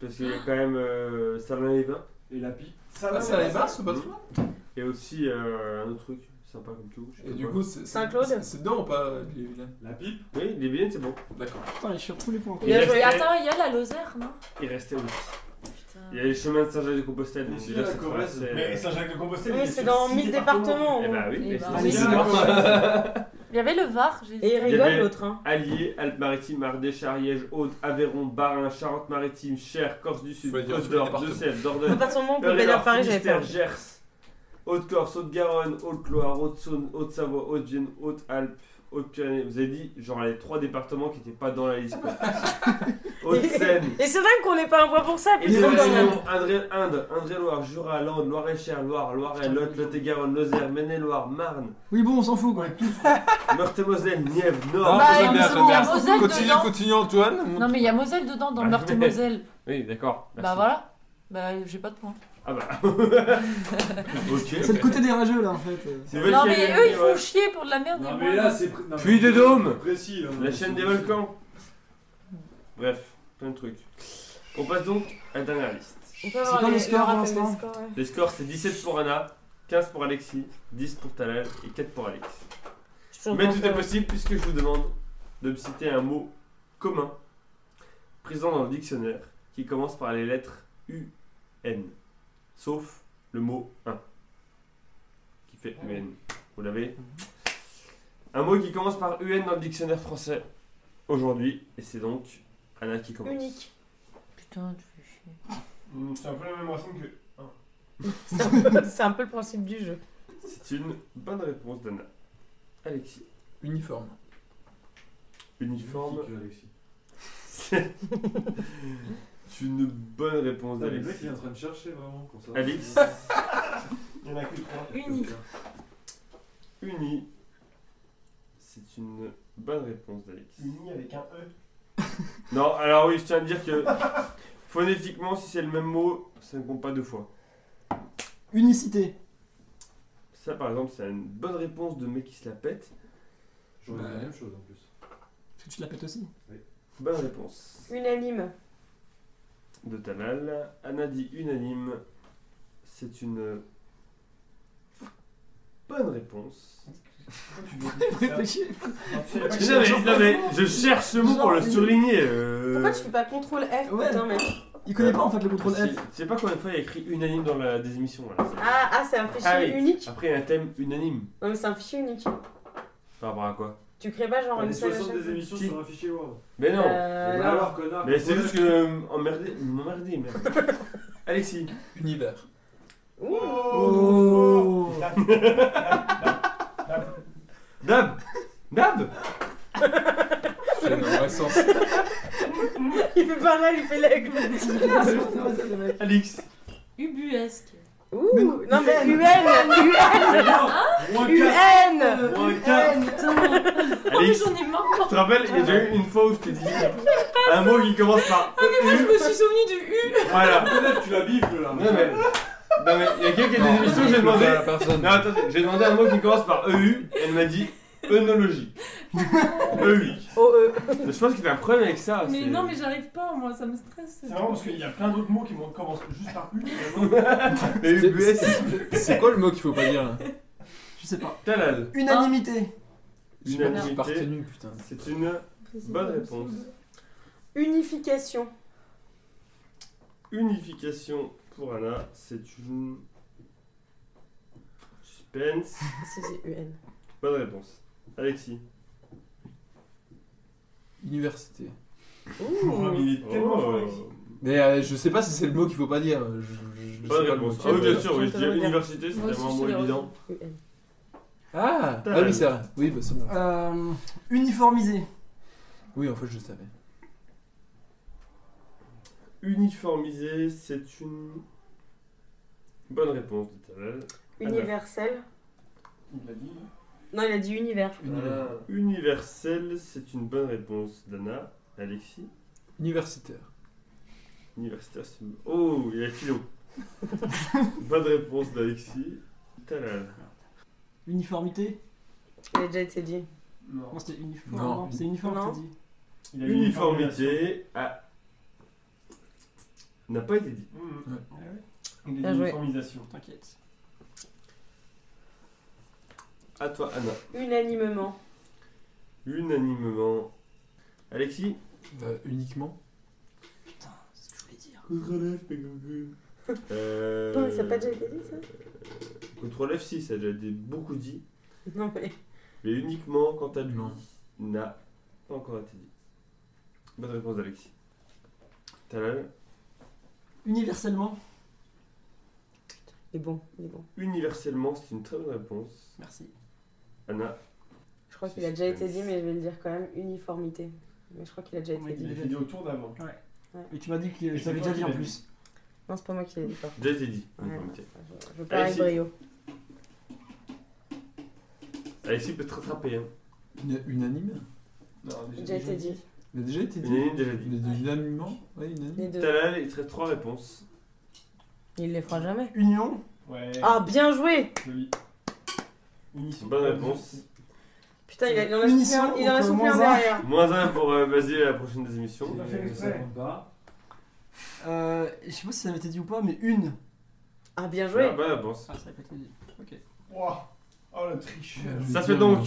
Parce qu'il y a quand même euh, Salins-les-Bains. et la pipe.
Ça
Ah,
va,
c'est à les barres ce bâtiment
Et aussi euh, un autre truc sympa comme tout. je sais
Et
pas
du
quoi.
coup, c'est.
Saint-Claude
c'est- C'est dedans ou pas les vilains
La pipe Oui, les vilaines, c'est bon.
D'accord.
Putain, il cherche tous les points.
Il
Bien joué.
restait-
Attends, il y a la Lozère, non
Il restait aussi.
Putain.
Il y a les chemins de Saint-Jacques-de-Compostelle. donc
Ici,
déjà,
à la
ça
Corrèze.
traversait, euh,
Mais Saint-Jacques-de-Compostelle, il
Oui,
est
c'est
sur
dans
six
1000 départements.
Eh bah oui,
Eh
mais
bah,
c'est-
oui.
c'est
Ah,
grave.
Il y avait le Var, j'ai
Et il
Il y
rigole
avait-
l'autre, hein.
Allier, Alpes-Maritimes, Ardèche, Ariège, Aude, Aveyron, Barin, Charente-Maritime, Cher, Corse du Sud,
Faut
Côte
dire tous les
d'Or,
départements.
Deux-Sèvres,
À
Dordogne,
partir du moment où on peut pas dire
Eure-et-Loir,
Paris, j'avais
Finistère,
peur.
Gers, Haute-Corse, Haute-Garonne, Haute-Loire, Haute-Saône, Haute-Savoie, Haute-Vienne, Haute-Alpes, Haute-Pyrénées. Vous avez dit, genre les trois départements qui n'étaient pas dans la liste. quoi. Haute-Seine.
Et c'est dingue qu'on n'ait pas un point pour ça,
Et
putain,
les
quand même.
Réunions, Indre- Inde, Indre-et-Loire, Jura, Landes, Loire-et-Cher, Loire, Loiret, Lot, Lot-et-Garonne, Lozère, Maine-et-Loire, Marne,
Oui, bon, on s'en fout quoi.
Meurthe-et-Moselle, Nièvre,
Ah,
Nord.
Bah,
j'aime bien,
il
j'aime
me
bien.
semble qu'il y a Moselle
Continue,
dedans.
continue, Antoine.
Non, mais il y a Moselle dedans, dans
Bah,
le Meurthe et
ouais.
Moselle.
Oui, d'accord.
Bah voilà. Bah, j'ai pas de points.
Ah bah. ok.
C'est le côté des rageux là en fait. euh.
C'est vrai
Non,
qu'il y a
mais
des-
eux, ils
ouais.
font chier pour de la merde. et
Non,
moi,
mais là, c'est. pr- non,
Puy
mais
de
c'est
Dôme.
Précis, là.
La chaîne des volcans. Bref, plein de trucs. On passe donc à la dernière liste.
On peut avoir
quoi le
les-
score
le
pour
rappel des
l'instant
scores, ouais.
Les scores c'est 17 pour Anna, 15 pour Alexis, 10 pour Talal et 4 pour Alex.
Je suis
Mais
contente.
tout est possible puisque je vous demande de me citer un mot commun présent dans le dictionnaire qui commence par les lettres U, N, sauf le mot un qui fait UN. Vous l'avez Un mot qui commence par UN dans le dictionnaire français aujourd'hui et c'est donc Anna qui commence.
Unique.
Putain, tu fais chier.
Mm, C'est un peu la même racine que.
C'est un peu- C'est un peu le principe du jeu.
C'est une bonne réponse d'Anna. Alexis,
Uniforme.
uniforme, c'est c'est une bonne réponse
Les
d'Alexis.
mecs, ils sont en train de chercher vraiment. pour ça.
Alix.
Il y en a que trois.
Unique.
Uni. C'est une bonne réponse d'Alex.
Uni avec un E.
Non, alors oui, je tiens à dire que phonétiquement, si c'est le même mot, ça ne compte pas deux fois.
Unicité.
Ça, par exemple, c'est une bonne réponse de mec qui se la pète.
J'aurais
Bah
dit la
Ouais.
même chose en plus.
Parce que tu te la pètes aussi.
Bonne réponse.
Unanime.
De Talal. Anna dit unanime. C'est une bonne réponse.
Réfléchis.
Parce que j'avais- non, mais je cherche le mot pour le souligner. euh.
Pourquoi tu fais pas contrôle F,
ouais.
putain, mec
Il connaît pas en fait le contrôle
Si-
F.
Tu sais pas combien de fois il y a écrit unanime dans la des émissions. là, c'est-
Ah, ah, c'est un fichier
Ah oui.
unique
Après, il y a un thème unanime.
Non, mais c'est un fichier unique.
Par rapport à quoi
Tu crées pas genre
T'as
une
les
seule
60
chaîne
des émissions
Si.
sur un fichier Word.
Mais non
Euh, non.
Alors, connard.
Mais c'est juste que euh, emmerder, m'emmerder, merde. Alexis,
Univers.
Ouh.
Oh.
Dab, Dab,
C'est dans le sens.
Il fait pareil, il fait l'aigle.
Alix.
Ubuesque.
Ouh. Non, mais UN UN UN
Moins quatre.
Eh, Putain. E. Oh, mais
Alix,
j'en ai marre.
tu te rappelles, il y a déjà eu une fois où je t'ai dit euh, un mot qui commence par
Ah, Je
U.
me suis souvenu du U.
Voilà.
Peut-être tu la bifles là.
Non mais, non mais, il y a quelqu'un qui a des émissions, j'ai demandé.
personne.
Non attendez, j'ai demandé un mot qui commence par E EU, elle m'a dit œnologie. EU.
OE.
Mais je pense qu'il y a un problème avec
Ah,
ça.
Mais
c'est-
non, mais j'arrive pas, moi, ça me stresse.
C'est marrant parce qu'il y a plein d'autres mots qui m'ont- commencent juste par U.
Mais UBS,
C'est quoi le mot qu'il faut pas dire là
Je sais pas.
talal.
Unanimité.
Je sais pas,
Unanimité.
j'ai pas retenu, putain.
C'est une bonne réponse.
Unification.
Unification pour Anna, c'est une. Suspense.
Si c'est UN.
Bonne réponse. Alexis.
Université.
Ouh.
Il est tellement fort, Alexis.
Oh.
Mais euh, je sais pas si c'est le mot qu'il faut pas dire. Je, je- je
Bonne
sais pas le mot.
réponse. Ah oui, bien sûr, oui, je
J'ai
dirais
entendu
université, c'est
Moi aussi,
tellement un
je
mot
l'ai
évident.
UN.
Ah,
Putain.
ah oui, c'est vrai. Oui, bah c'est bon.
Euh, uniformisé.
Oui, en fait, je savais.
Uniformisé, c'est une. Bonne réponse de Talal.
Universel.
Il l'a dit.
Non, il a dit univers.
Univers.
Euh,
Ah, Universel, c'est une bonne réponse d'Anna. Alexis.
Universitaire.
Universitaire, c'est une- Oh, il y a philo. bonne réponse d'Alexis. Talal.
Uniformité.
Il a déjà été dit.
Non.
Non, c'était uniforme.
Non.
c'est uniforme,
Non.
t'as dit.
Il a eu une formulation.
Uniformité. Ah. N'a pas été dit.
Mm.
Ouais.
Donc, il y a
Bien
une
joué.
uniformisation.
T'inquiète.
À toi, Anna.
Unanimement.
Unanimement. Alexis
Euh, uniquement.
Putain, c'est ce que je voulais dire.
euh...
Non, mais ça a pas déjà été dit, ça
Contrôle F6, ça a déjà été beaucoup dit.
Non mais.
Mais uniquement quant à lui,
Non.
n'a pas encore été dit. Bonne réponse d'Alexis. Talal,
Universellement.
Il est bon, il est bon.
universellement, c'est une très bonne réponse.
Merci.
Anna,
Je crois qu'il a déjà été dit, mais je vais le dire quand même uniformité. Mais je crois qu'il a déjà été
Oui.
dit.
Il a dit au tour d'avant.
Mais tu m'as dit que
Et
je l'avais
c'est
déjà
toi
dit en
qui l'as
plus.
Non, c'est pas moi qui l'ai dit. par contre.
déjà été dit.
Ouais, non,
Conformité.
je, je parle avec
Alexis.
brio.
Alexis peut te rattraper. Hein.
Une- unanime
Non,
J'ai déjà été dit.
Il a déjà été dit.
Unanime, déjà dit.
Il a dit Unanimement Ouais,
Les
unanime.
deux.
Talal, il te reste trois réponses.
Il les fera jamais.
Union.
Ouais.
Ah, bien joué
Oui. Unisson.
Bonne réponse.
Putain, il, a- il en a
Unisson
soufflé un, il en a
contre
soufflé un
Mozart.
derrière.
Moins un pour euh, Basile à la prochaine des
On
émissions.
l'a fait
Euh,
exprès. Bah,
Euh, je sais pas si ça m'était dit ou pas, mais une.
Ah, bien joué
voilà, bonne réponse.
Ah, ça avait pas été dit.
ouah. Oh la triche.
Ça
fait donc-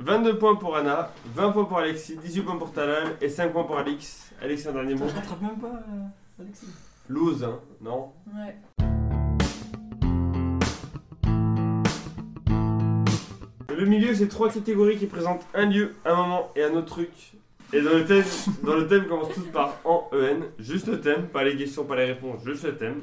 22 points pour Anna, 20 points pour Alexis, 18 points pour Talal et 5 points pour Alix. Alix, un dernier mot.
Putain, je rattrape même pas, euh, Alexis.
Lose, hein, non
Ouais.
Le milieu, c'est trois catégories qui présentent un lieu, un moment et un autre truc. Et dans le thème, dans le thème commence toutes par en EN, juste le thème, pas les questions, pas les réponses, juste le thème.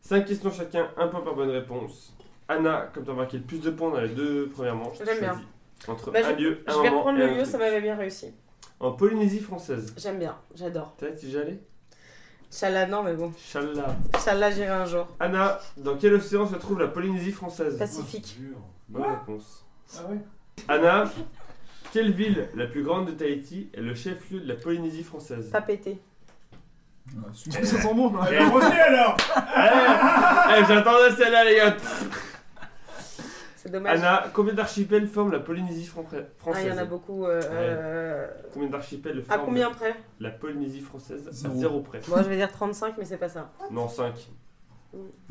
Cinq questions chacun, un point par bonne réponse. Anna, comme t'as marqué le plus de points dans les deux premières manches, tu
J'aime bien.
choisis entre
Bah,
un lieu, un
Je vais
moment
reprendre
et un
le lieu,
autre
ça
truc.
m'avait bien réussi.
En Polynésie française.
J'aime bien, j'adore.
T'as t'es déjà allé
Chala, non, mais bon.
Inch'Allah.
Chala, j'irai un jour.
Anna, dans quel océan se trouve la Polynésie française
Pacifique.
Bonne réponse.
Ah ouais.
Anna, quelle ville, la plus grande de Tahiti, est le chef-lieu de la Polynésie française
Pas pété.
Ça sent bon, là.
Eh,
Et Rosé alors
eh, eh, j'attendais celle-là, les gars
C'est dommage.
Anna, combien d'archipels forment la Polynésie fran- française
Ah, il y en a beaucoup. euh, euh,
Combien d'archipels
À
forment
combien près
la Polynésie française
Zéro.
À zéro près.
Moi, je vais dire 35, mais c'est pas ça.
Non, 5.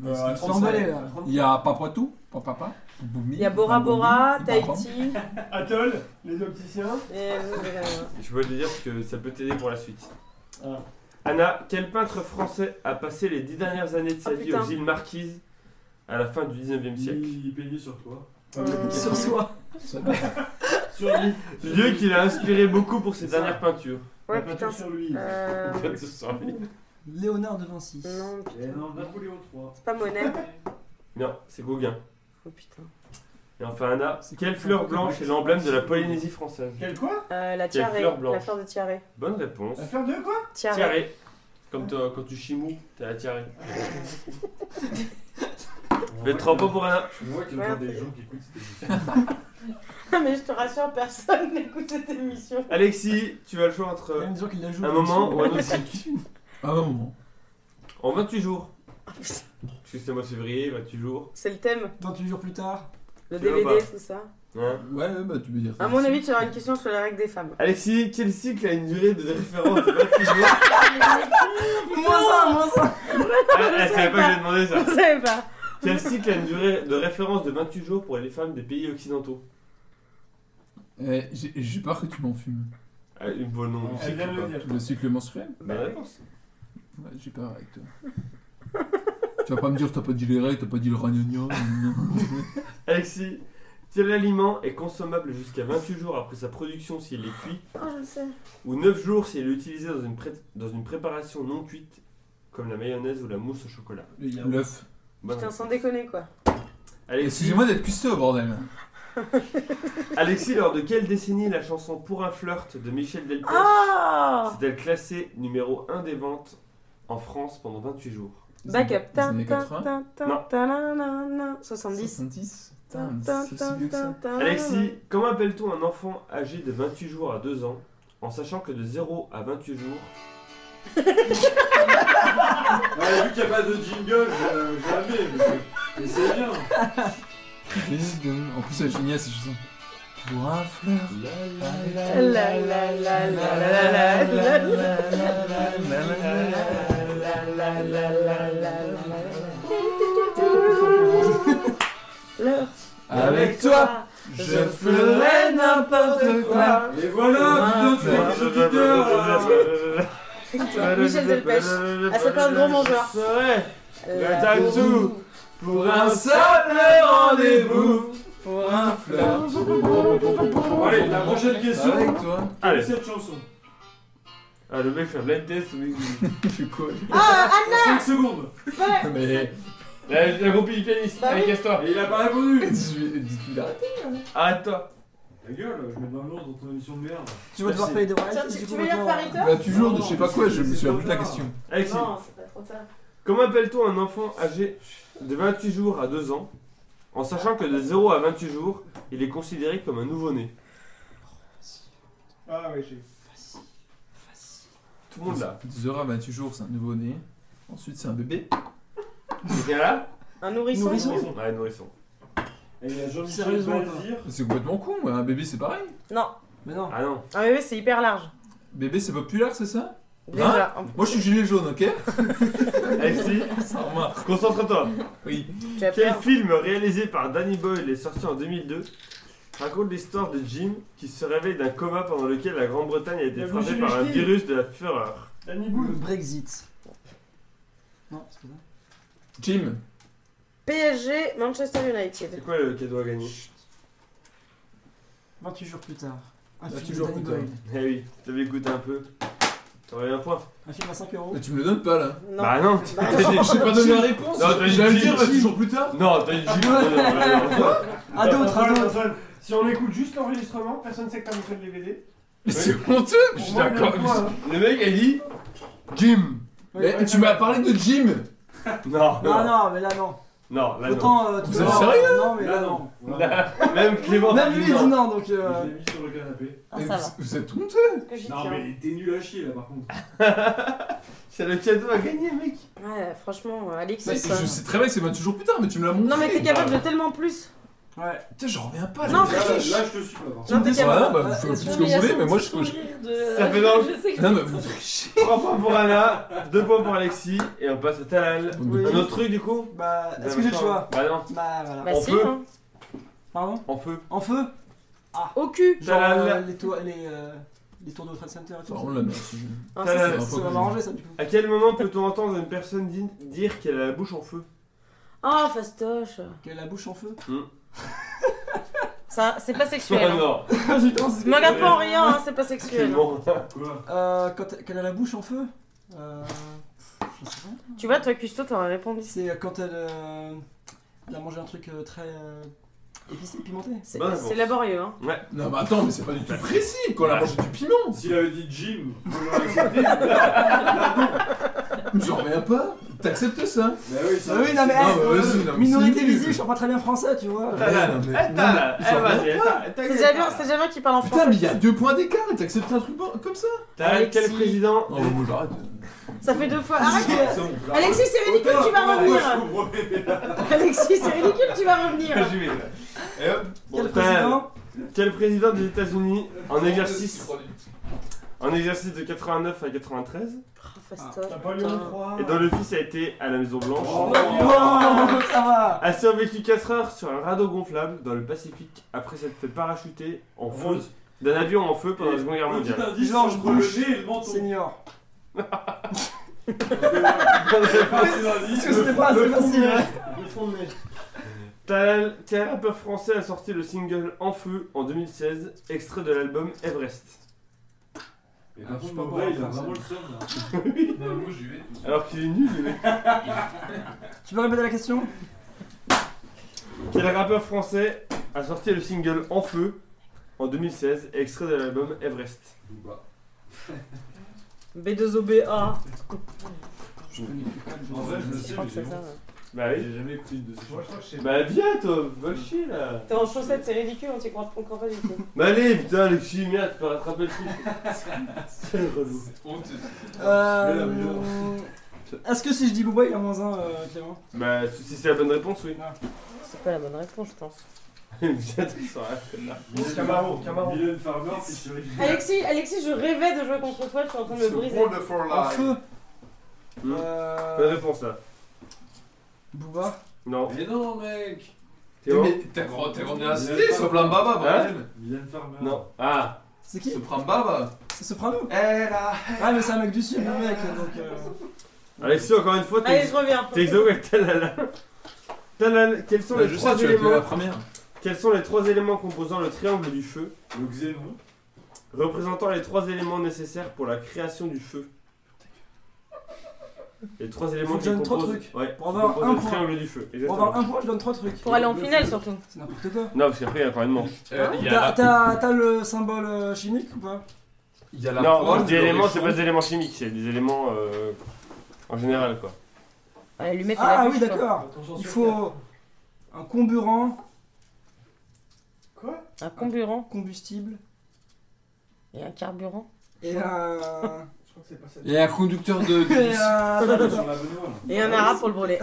Euh,
sont emballés, là.
Il y a Papouatou, Papapa, Boumi.
Il y a Bora Bora,
Bamboumi, Bambam.
Tahiti,
Atoll, les opticiens.
et vous verrez, hein.
Je veux te dire parce que ça peut t'aider pour la suite.
Ah.
Anna, quel peintre français a passé les dix dernières années de sa
Oh,
vie
putain.
aux îles Marquises à la fin du 19e siècle
Il peignait sur toi.
Euh,
Sur soi.
Ça-
Sur lui.
Lieu qui l'a inspiré beaucoup pour ses
C'est ça.
dernières peintures.
La
Ouais,
peinture
putain.
sur lui.
Euh,
Pas de sang.
Léonard de Vinci.
Eh Non,
Et non, Napoléon 3.
c'est pas Monet.
Non, c'est Gauguin.
Oh putain.
Et enfin, Anna,
C'est
quelle
quoi,
fleur
c'est
blanche
quoi,
est l'emblème de la
c'est-
Polynésie française
Quel quoi
Euh, la
Quelle
tiare,
fleur blanche.
la fleur de tiare.
Bonne réponse.
La fleur de quoi
Tiare.
Tiaré. Comme toi, quand tu chimous, t'es à tiaré. Je vais te rendre pour Anna.
Je vois qu'il
y a encore des
gens qui écoutent cette émission.
mais je te rassure, personne n'écoute cette émission.
Alexis, tu as le choix
Il y a
entre
une mesure qu'il la joue.
un moment ou un autre
Ah non, non.
en 28 jours. Parce que c'est le mois de février, 28 jours.
C'est le thème,
28 jours plus tard.
le
Tu vois
DVD,
pas.
tout ça.
Hein
Ouais, ouais, bah tu peux dire ça.
À mon avis, tu auras une question sur les règles des femmes.
Alexis, quel cycle a une durée de référence de 28 jours Oh
Moins un, moins un
ah, Elle savait pas que j'allais demander ça.
Je savais pas.
Quel cycle a une durée de référence de 28 jours pour les femmes des pays occidentaux
Eh, J'ai j'ai peur que tu m'en fumes.
ah, Bon nom.
Elle vient de le dire. Bah,
Le cycle menstruel
Bonne réponse.
Ouais, j'ai peur avec toi. tu vas pas me dire, t'as pas dit les règles, t'as pas dit le ragnagnan.
Alexis, quel aliment est consommable jusqu'à 28 jours après sa production s'il est cuit,
Oh, je le sais.
ou 9 jours s'il est utilisé dans une, pré- dans une préparation non cuite, comme la mayonnaise ou la mousse au chocolat
Le yaourt.
L'œuf.
Bonne
Putain,
réponse.
sans déconner quoi.
Alexis,
Excusez-moi d'être custeux, bordel.
Alexis, lors de quelle décennie la chanson Pour un flirt de Michel Delpech
Ah
s'est-elle classée numéro 1 des ventes en France pendant 28 jours
Backup.
Les années
Tin, tin,
80.
tin, tin,
Non.
tin, nan, nan, nan. 70.
70
Tin,
Putain,
tin,
c'est aussi
tin,
vieux que
tin,
ça.
tin.
Alexis, comment appelle-t-on un enfant âgé de 28 jours à 2 ans en sachant que de 0 à 28 jours,
Ouais, vu qu'il n'y a pas de jingle, euh, jamais. mais- Mais c'est bien.
Génie de- En plus, elle est géniale cette chanson. Pour un fleur.
La, la, la, la, la, la, la, la, la.
fleurs.
Avec toi, je ferai n'importe quoi.
Et voilà,
Ouais,
putain, c'est les auditeurs, là.
Michel Delpech.
Euh,
Euh, Ah, c'est pas un grand mangeur.
La dame sous.
Pour un simple rendez-vous. Pour un fleur.
Allez, la prochaine question.
Avec toi.
Allez,
Allez,
cette chanson.
ah, le mec fait un blind test. mais-
Je suis cool.
Ah, ah,
5 secondes.
Mais.
La, la groupie du pianiste,
Bah
allez,
oui.
casse-toi.
Et il a pas répondu.
Dites-lui d'arrêter.
Arrête-toi.
Ta gueule, je mets dans l'ordre dans ton émission de merde.
Tu vas devoir
Merci.
payer des
Tiens,
royalties
tu,
du
tu
coup
veux lire
maintenant.
par Ritter
Bah, toujours de je sais pas quoi, je me souviens plus de la question.
Alexis,
Non, c'est pas trop ça.
comment appelle-t-on un enfant âgé de 28 jours à 2 ans en sachant que de 0 à 28 jours, il est considéré comme un nouveau-né
Ah ouais, j'ai.
Tout le monde l'a.
10 heures à 28 jours, bah, c'est un nouveau-né. Ensuite, c'est un bébé.
Quelqu'un là
Un nourrisson.
Nourrisson. Ouais, nourrisson.
Et il y a Jean-Michel
Sérieusement,
Bazir.
C'est complètement con, ouais, un bébé c'est pareil.
Non,
Mais non.
Ah non.
un bébé c'est hyper large.
Bébé c'est populaire, c'est ça
Déjà.
Moi je suis gilet jaune, ok
Alexis,
Ça remarque.
Eh, concentre-toi.
Oui.
Tu as
Quel
peur.
film réalisé par Danny Boyle et sorti en 2002 raconte l'histoire de Jim qui se réveille d'un coma pendant lequel la Grande-Bretagne a été
La
frappée
bougie
par un
du style.
virus de la fureur
Danny
Le
Boone.
Brexit. Non, c'est pas ça.
Jim.
PSG Manchester United.
C'est quoi le cadeau à gagner
28 jours plus tard. Un
28
film de
jours
Danny
plus tard.
Boyle.
Eh oui, t'avais écouté un peu. T'aurais eu un point.
Un film à 5 euros.
Mais tu me le donnes pas là.
Non.
Bah non
Bah,
Je sais pas donner la réponse.
Non, t'as dit
J'allais le
Jim.
dire 28 jours plus tard.
Non, t'as dit Jim Non, non, non, non.
À Ah, d'autres, à
Contrôle,
d'autres.
contrôle. Si on écoute juste l'enregistrement, personne ne sait que t'as montré le DVD.
Mais c'est honteux. Je
Pour
suis
moi, il y a
d'accord.
le point, hein.
Le mec a dit Jim
Mais tu m'as parlé de Jim.
Non,
Ah, Non,
non,
non, mais là non.
non, là non.
Autant. euh, tout
Bah, Vous êtes
à l'heure,
sérieux
Non, mais là
Là,
non.
Voilà.
Même Clément
Même lui il dit non donc.
Je
euh,
l'ai mis sur le canapé.
Ah,
Mais
ça
vous,
va.
vous êtes honteux.
que j'y
Non,
tiens.
mais t'es nul à chier là par contre.
C'est le cadeau à gagner, mec
Ouais, franchement, euh,
Mais
Alexis.
Bah, je
euh,
sais très bien que c'est 28 jours plus tard, mais tu me l'as montré.
Non, mais t'es capable de tellement plus.
Ouais.
Putain, j'en reviens pas.
Non,
Là,
Ah,
je me
là,
dis,
là, je te suis pas. par contre.
Non, t'es
Ça va,
capable.
bah, vous faites ce que
Non, mais il
vous
y a
voulez,
son
mais moi je.
petit sourire
Euh,
de-
Ça fait donc-
Je sais que
Non, mais vous me faites chier.
3 points pour Anna, 2 points pour Alexis, et on passe à Talal.
Oui.
Un autre truc du coup
Bah, est-ce que j'ai le choix
Bah non,
Bah voilà.
Bah,
On
si,
peut.
hein.
Pardon
en feu.
En feu
Au cul.
Genre
Talal.
euh, les, tours, les, euh, les tours de Trade Center et tout.
Bah, on l'a mis, ce jeu.
Non,
Ça,
ça,
là,
c'est un
Oh, c'est-
Ah, ça
peu
ça va
cool.
m'arranger ça du coup.
À quel moment peut-on entendre une personne di- dire qu'elle a la bouche en feu
Ah, fastoche.
Qu'elle a la bouche en feu.
Ça, c'est pas
Oh
sexuel. hein.
non
Ah, Putain, c'est-
Me regarde pas en rien, hein, c'est pas sexuel. hein.
Clément.
Quoi
Euh, quand elle- qu'elle a la bouche en feu. Euh, je sais pas.
hein. Tu vois, toi, Custo, t'aurais répondu.
C'est quand elle, euh, elle a mangé un truc euh, très euh, épicé, pimenté.
C'est
Bah,
Bonne
c'est
réponse.
laborieux, hein.
Non, mais attends, mais c'est pas du tout précis. Quand on a mangé du piment.
S'il avait dit Jim, on l'aurait accepté. Bah
J'en reviens pas. T'acceptes ça
oui, ça.
Ah oui, non
Non,
mais, eh,
mais vas-y,
euh,
non, mais c'est
minorité
nul.
visible, je parle pas très bien français, tu vois.
Ouais, non, mais-
Talal, eh,
J'en reviens
vas-y, ta- ta-
C'est jamais, c'est jamais qui parle en
Putain, mais
français.
il y a deux points d'écart et t'acceptes un truc bon- comme ça
Talal, quel
Alexis.
président
Non, mais moi j'arrête.
Ça fait deux fois. Arrête
C'est bon.
Alexis, c'est ridicule, tu vas revenir
Moi,
ah.
je comprends.
Alexis, c'est ridicule, tu vas revenir
J'y vais, là. Et hop. Bon,
Quel
Talal,
président
Quel président des États-Unis en exercice,
Bon,
en exercice de 89 à 93
Oh, fastoche.
Napoléon
putain.
3.
et dont le fils a été à la Maison Blanche
Ah. Oh.
Wow, ça va
a survécu 4 heures sur un radeau gonflable dans le Pacifique après s'être fait parachuter en feu
Rose.
d'un avion en feu pendant la
Et-
Seconde Guerre
Petit
mondiale.
indice
Georges
entre le nez et le menton.
Senior.
Parce
Parce que c'était pas assez facile. hein.
Le fond de nez.
Talal, quel rappeur français a sorti le single En Feu en 2016, extrait de l'album Everest
Mais
Ah,
par
je
contre,
suis pas
Mobile, il a
bon,
vraiment le
ça.
seum là.
moi j'y vais.
Alors qu'il est nul, le mec.
Tu peux répéter la question
Quel rappeur français a sorti le single En Feu en 2016, extrait de l'album Everest
Booba.
B2OBA.
En vrai, je le
Je
sais,
crois
mais
que
j'ai
c'est ça.
honte.
ouais.
Bah oui.
J'ai jamais écouté une de ces
Moi,
chansons.
je crois que je sais.
Bah viens toi, va le chier là
T'es en chaussettes, c'est ridicule, on t'y croit encore pas du tout.
Bah allez putain Alexis, merde, tu peux rattraper le truc Quel relou
Euh, Est-ce que si je dis Booba, il y a moins un, euh, Clément
Bah si c'est la bonne réponse, oui.
C'est pas la bonne réponse, je pense.
Viens toi, ça va, connard.
Mylène-
Camaro, Camaro.
Mylène Farmer, c'est sur les-
Alexis, Alexis, je rêvais de jouer contre toi, tu es en train de me briser.
En feu
Hmm. Bonne
euh,
réponse là.
Booba
Non.
Mais non, mec
Théo
Mais t'es re- t'es revenu à la cité, Sopran Baba, bordel
Mylène Farmer.
Non. Ah,
C'est qui
Sopran Baba
C'est Soprano
Eh là
Ah, mais c'est un mec du sud, le mec, donc. euh,
Alexis, encore une fois,
Allez,
t'es
je reviens.
t'es exo avec Talala. Talala, quels sont
Bah,
les
Je sais,
trois
tu as fait la
éléments
première.
Quels sont les trois éléments composant le triangle du feu,
Le xénon.
représentant les trois éléments nécessaires pour la création du feu Les trois éléments
que
qui
je donne trois
composent,
trucs.
ouais,
Pour avoir
qui composent
un
le
point.
triangle du feu.
Pour
Exactement.
avoir un point, je donne trois trucs.
Pour aller en finale surtout.
C'est n'importe quoi.
Non, parce qu'après, il y a encore une manche.
Euh, Il y a
T'as-
la-
T'as t'as le symbole euh, chimique ou pas
il y a la
Non, quand
poêle,
je dis
le
éléments, c'est
réchaud.
pas des éléments chimiques, c'est des éléments euh, en général quoi.
Allez, lui mettre
Ah
la
oui,
bouche, quoi.
d'accord. Il faut un comburant,
Quoi
Un comburant
combustible
et un carburant.
et un.
Je crois que c'est pas ça.
Il y a un conducteur de.
et
de-
un.
Sur la bonne voie, là.
Et un arabe pour le brûler.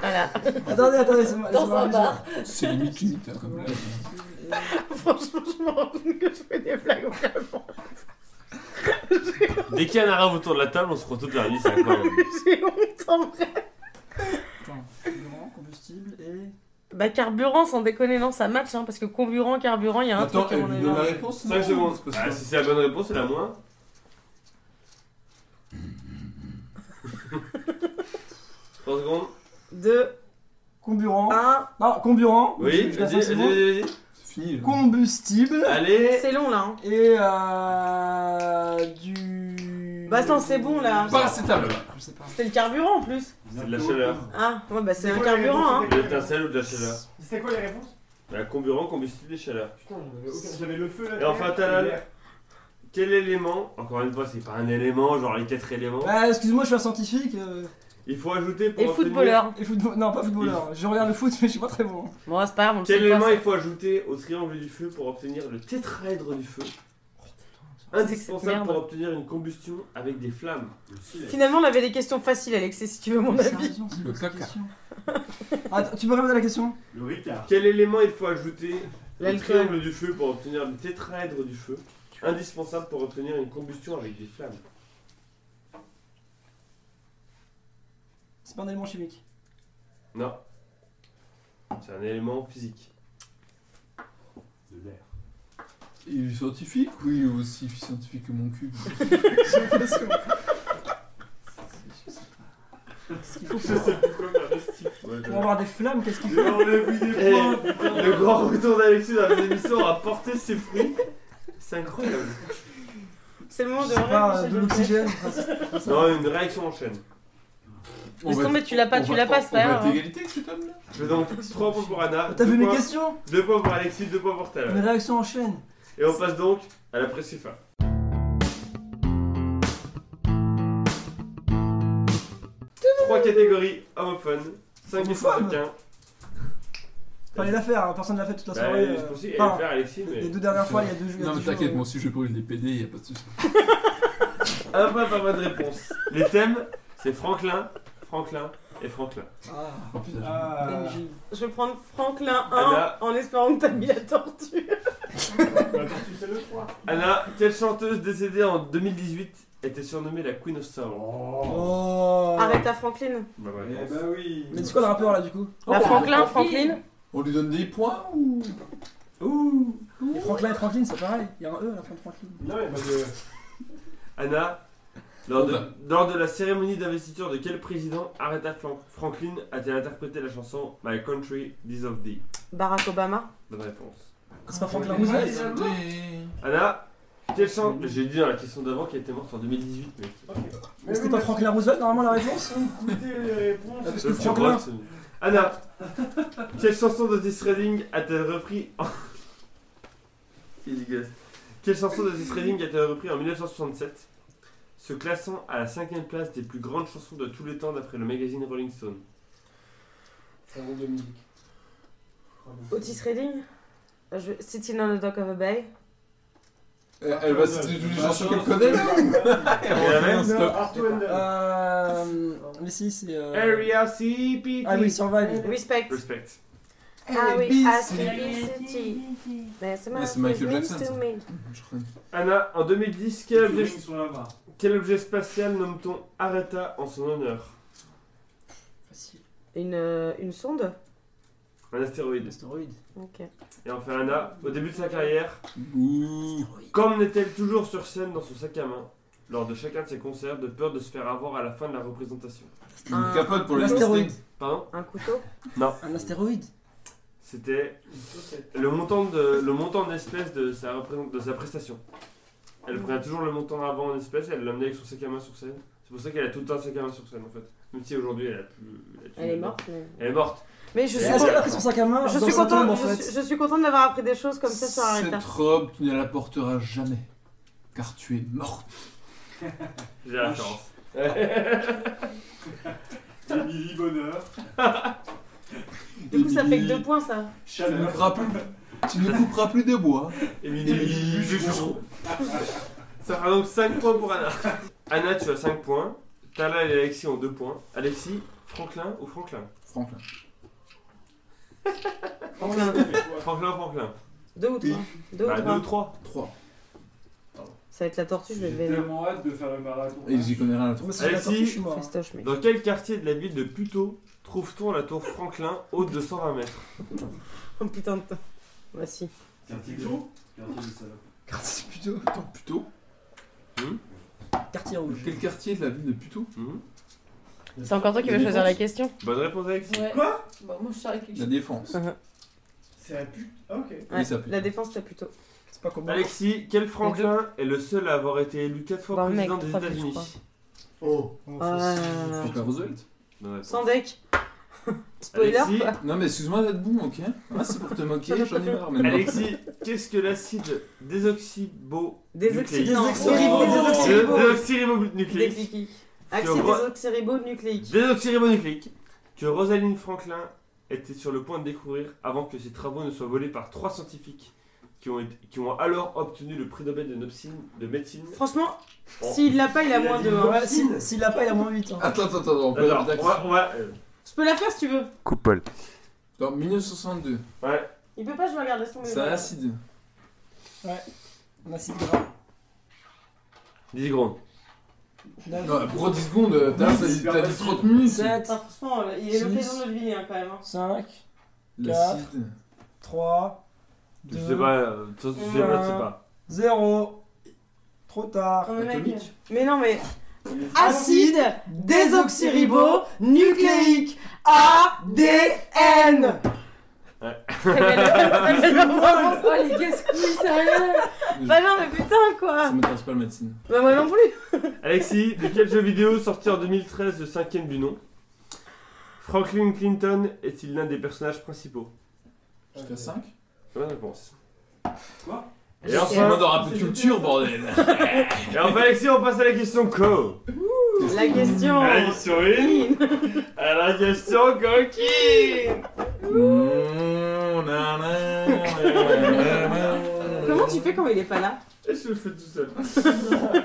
Voilà.
Attendez, attendez, c'est moi.
Dans un bar.
C'est limite limite, hein, comme là.
Franchement, je me rends compte que je fais des blagues.
Dès qu'il y a un arabe autour de la table, on se retrouve vers lui, c'est incroyable.
J'ai honte en vrai.
Comburant, combustible et.
Bah, carburant, sans déconner, non, ça match, hein, parce que comburant, carburant, il y a un
Attends,
truc à
elle
mon
lui
avis.
donne la réponse
5
non
secondes.
Parce que-
Ah, si c'est la bonne réponse, c'est la moins. Trois secondes.
Deux,
Comburant.
un.
Non, comburant.
Oui,
je donne
vas-y,
cinq
vas-y,
secondes.
vas-y.
C'est fini. là.
Combustible.
Allez.
C'est long là. Hein.
Et euh, du.
Bah, attends, c'est bon, là.
Pas cette table.
Je sais pas.
C'était le carburant en plus.
C'est de la chaleur.
Ah, ouais, bah c'est
C'est
un
quoi les
carburant, hein.
réponses,
De l'étincelle ou de la chaleur
C'était quoi les réponses
La comburant, combustible et chaleur.
Putain, j'en avais aucun. j'avais le feu là.
Et enfin, t'as la- Quel élément Encore une fois, c'est pas un élément, genre les quatre éléments.
Bah, excuse-moi, je suis un scientifique. euh,
Il faut ajouter pour.
Et
obtenir-
footballeur.
et football... Non, pas footballeur. Je regarde le foot, mais je suis pas très bon.
Bon, c'est pas grave, on le
Quel
sait pas.
élément
ça.
il faut ajouter au triangle du feu pour obtenir le tétraèdre du feu
C'est cette
Indispensable
merde.
pour obtenir une combustion avec des flammes.
Finalement, on avait des questions faciles, Alexis, si tu veux mon avis.
Sérieusement, c'est
Le
une
claquard.
question. Attends, tu peux répondre à la question
Le Ricard.
Quel élément il faut ajouter au
L'alcool.
triangle du feu pour obtenir le tétraèdre du feu Indispensable pour obtenir une combustion avec des flammes.
C'est pas un élément chimique.
Non. C'est un élément physique.
De l'air.
Il est scientifique Oui, aussi scientifique que mon cul.
Je sais plus quoi faire de ce type.
Pour avoir des flammes, qu'est-ce qu'il
Je l'enlève, oui, des
Eh,
points.
le grand retour d'Alexis dans les émissions a porté ses fruits. C'est incroyable.
C'est le
faut
moment de
C'est pas
vraiment.
euh, de l'oxygène.
Non, une réaction en chaîne.
On
Laisse
va-
tomber, tu l'as pas,
on
tu
va-
l'as pas, c'est
on
pas
va
grave,
être
hein.
égalité avec cet homme-là
Je fais donc 3 points pour Anna.
T'as
deux
vu mes
points-
questions
Deux points pour Alexis, deux points pour
Mes
Talal.
réactions en chaîne.
Et on passe donc à la presse FIFA. Trois catégories homophones, 5 questions
Homophobe
chacun.
Fallait la faire, hein, personne l'a fait toute la
Bah,
soirée.
je
euh,
pensais qu'elle allait
enfin,
le faire Alexis, mais.
les deux dernières fois, il y a deux jeux.
Non, mais t'inquiète, moi aussi je brûle des PD, y a pas de soucis.
Un point par bonne réponse. Les thèmes, c'est Franklin, Franklin et Franklin.
euh,
Oh putain, j'ai-
Ah.
Je vais prendre Franklin 1
Anna.
en espérant que t'as mis la tortue.
Attends, tu sais le 3.
Anna, quelle chanteuse décédée en 2018 était surnommée la Queen of Soul
Oh.
Oh
Arrête à Franklin.
Bah, bah,
Eh bah oui.
Mais c'est quoi le rappeur là du coup
La
Oh,
Franklin,
oh,
Franklin.
On lui donne des points ou.
Ouh Et Franklin et Franklin, c'est pareil, il y a un E à la fin de Franklin.
Non, mais pas de.
Anna, lors de, lors de la cérémonie d'investiture de quel président Aretha Flan- Franklin a-t-elle interprété la chanson My Country This of Thee
Barack Obama.
Bonne réponse.
C'est pas Franklin
Ouais,
Roosevelt
c'est un
Anna, quelle chanson J'ai dit dans la question d'avant qu'elle était morte en 2018, mais.
Mais C'était pas Franklin Roosevelt normalement la réponse
Écoutez les réponses.
Parce
Euh,
que
tu
Franklin.
crois que c'est- Anna, quelle chanson de This Reading a-t-elle repris en. Il est dégueulasse. Quelle chanson de This Reading a-t-elle repris en 1967 se classant à la cinquième place des plus grandes chansons de tous les temps d'après le magazine Rolling Stone.
C'est un groupe de musique.
Otis Redding. Euh, je- Sitting on the dock of a bay.
Elle Eh, elle va citer tous les chansons qu'elle connaît là Eh,
Et la même
Stop.
Arthur and Dale.
Euh. Mais si, c'est. euh,
Area CPT.
Ah oui, Survive.
Respect.
Respect.
Ah oui,
ABC.
ACBCT. Mais c'est
Ouais, c'est Michael Jackson, ça.
to me.
Je crois.
Anna, en 2010,
Les
quel objet,
Swings sont là-bas.
quel objet spatial nomme-t-on Aretha en son honneur
Facile.
Une, euh, une sonde
Un astéroïde.
L'astéroïde.
Ok.
Et enfin Anna, au début de sa carrière, comme n'était-elle toujours sur scène dans son sac à main lors de chacun de ses concerts de peur de se faire avoir à la fin de la représentation
Une capote pour les
L'astéroïde.
Pardon
Un couteau
Un astéroïde.
C'était le montant de le montant d'espèces de sa représent- de sa prestation. Elle prenait toujours le montant avant en espèces et elle l'amenait avec son sac à main sur scène. C'est pour ça qu'elle a tout le temps un sac à main sur scène en fait. Même si aujourd'hui elle a plus. a plus-
Elle est morte. Mais,
Elle est morte.
mais je
Et
suis,
Est-ce qu'elle a
contente-
pris son sac à main
Ah, je
dans
suis
un
contente.
tombe, en
je
fait
suis- Je suis contente d'avoir appris des choses comme ça hein. sur Arita.
Cette robe, tu ne la porteras jamais, car tu es morte.
J'ai la chance.
Émilie Bonheur.
Du coup, ça fait que
Émilie,
deux points ça.
Tu ne
Chaleur.
couperas plus, tu ne couperas plus de bois.
Émilie Bûcheron. Ça fera donc 5 points pour Anna. Anna, tu as 5 points. Tala et Alexis ont 2 points. Alexis, Franklin ou Franklin
Franklin.
Franklin, Franklin.
Deux ou trois Deux
Bah,
ou
2
trois
ou 3.
3.
Ça va être la tortue, je vais
J'ai
le vénérer.
tellement hâte de faire le marathon.
Et j'y connais rien à
Non,
trop.
mais si j'ai la
Alexis.
tortue, je suis mort.
Festoche, mec.
Dans quel quartier de la ville de Puteaux trouve-t-on la tour Franklin haute de 120 mètres
Oh putain de temps. Bah si.
Quartier de Quartier de salopes.
Quartier plutôt.
Attends, Puteaux
Quartier rouge.
Quel quartier de la ville de Puteaux
Hmm
C'est encore toi qui vas
Des
choisir la
réponses
question
Bonne réponse, Alexis.
Ouais.
Quoi
Bah, moi, je sors avec quelque
La Défense.
C'est la pute. Ah, ok.
Oui,
Ouais,
ça pue.
La défense, t'as plutôt.
C'est pas comment.
Alexis, quel Franklin est le seul à avoir été élu 4 fois
Bon, mec,
président des
trois villes, je
États-Unis
crois.
Oh.
Euh,
Franklin Ah, Roosevelt
Bonne réponse.
Sans deck. Spoiler.
Alexis,
Non mais excuse-moi d'être bon, ok Ah c'est pour te moquer, j'en ai marre maintenant.
Alexis qu'est-ce que l'acide désoxybo
Des
Nucléique.
oxydants.
Désoxyribo-
Désoxyribo.
désoxyribonucléique
Décliqué.
Sur
Accès
moi.
des oxyribonucléiques.
Désoxyribonucléique que Rosaline Franklin était sur le point de découvrir avant que ses travaux ne soient volés par trois scientifiques qui ont, été- qui ont alors obtenu le prix Nobel de, nopsine- de médecine.
Franchement,
Oh.
s'il l'a pas, il a
Il a
moins
dit
de.
non.
hein.
Ouais, si- S'il l'a pas, il a moins hein. 8.
Attends, attends, attends, on peut
Attends,
la
on va- on va, euh,
Je peux la faire si tu veux.
Coupole.
Dans 1962,
ouais.
Il peut pas, je vais regarder son
c'est un acide.
On a 6 gras.
10 secondes.
Non, pour 10 secondes, euh, t'as t'as dit t'as dit 30 minutes.
7,
Enfin, franchement, euh, il a
Six.
l'occasion de le deviner hein, quand même. hein.
5,
L'acide.
3,
Je sais
2,
pas, euh, de toute façon, je sais pas, je sais pas.
0. Trop tard.
Non, mais mec,
Atomique.
Mais non, mais.
Il est-
Acide, désoxyribo, nucléique, ADN.
Ouais.
Bah
Oh les casse-couilles, sérieux
non, mais putain
Ça
quoi.
m'intéresse pas la médecine.
Bah moi non plus.
Alexis, de quel jeu vidéo sorti en 2013 le cinquième du nom Franklin Clinton est-il l'un des personnages principaux
Jusqu'à 5
Bonne réponse.
Quoi
et
C'est moi
enfin,
d'avoir un peu de culture, bordel
et enfin, Alexis, on passe à la question co.
La question.
À la question 1. À la question coquine.
Comment tu fais quand il est pas là
Et je le fais tout seul.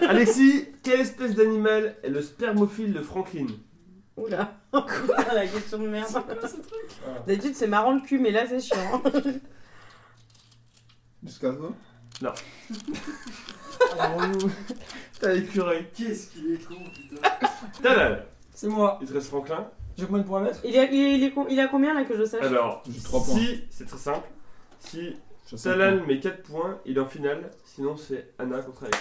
Alexis, quelle espèce d'animal est le spermophile de Franklin
Oula. Putain, la question de merde.
Ah.
D'habitude c'est marrant le cul, mais là c'est chiant.
Jusqu'à quoi
T'as l'écureuil.
Qu'est-ce qu'il est con, putain.
Talal.
C'est moi.
Il te reste Franklin.
J'ai combien de points à mettre
Il est, il, est, il, est con- il a combien là que je sache
Alors,
J'ai trois points.
si, c'est très simple. Si
Je sais pas.
Talal met 4 points, il est en finale. Sinon, c'est Anna contre Alexis.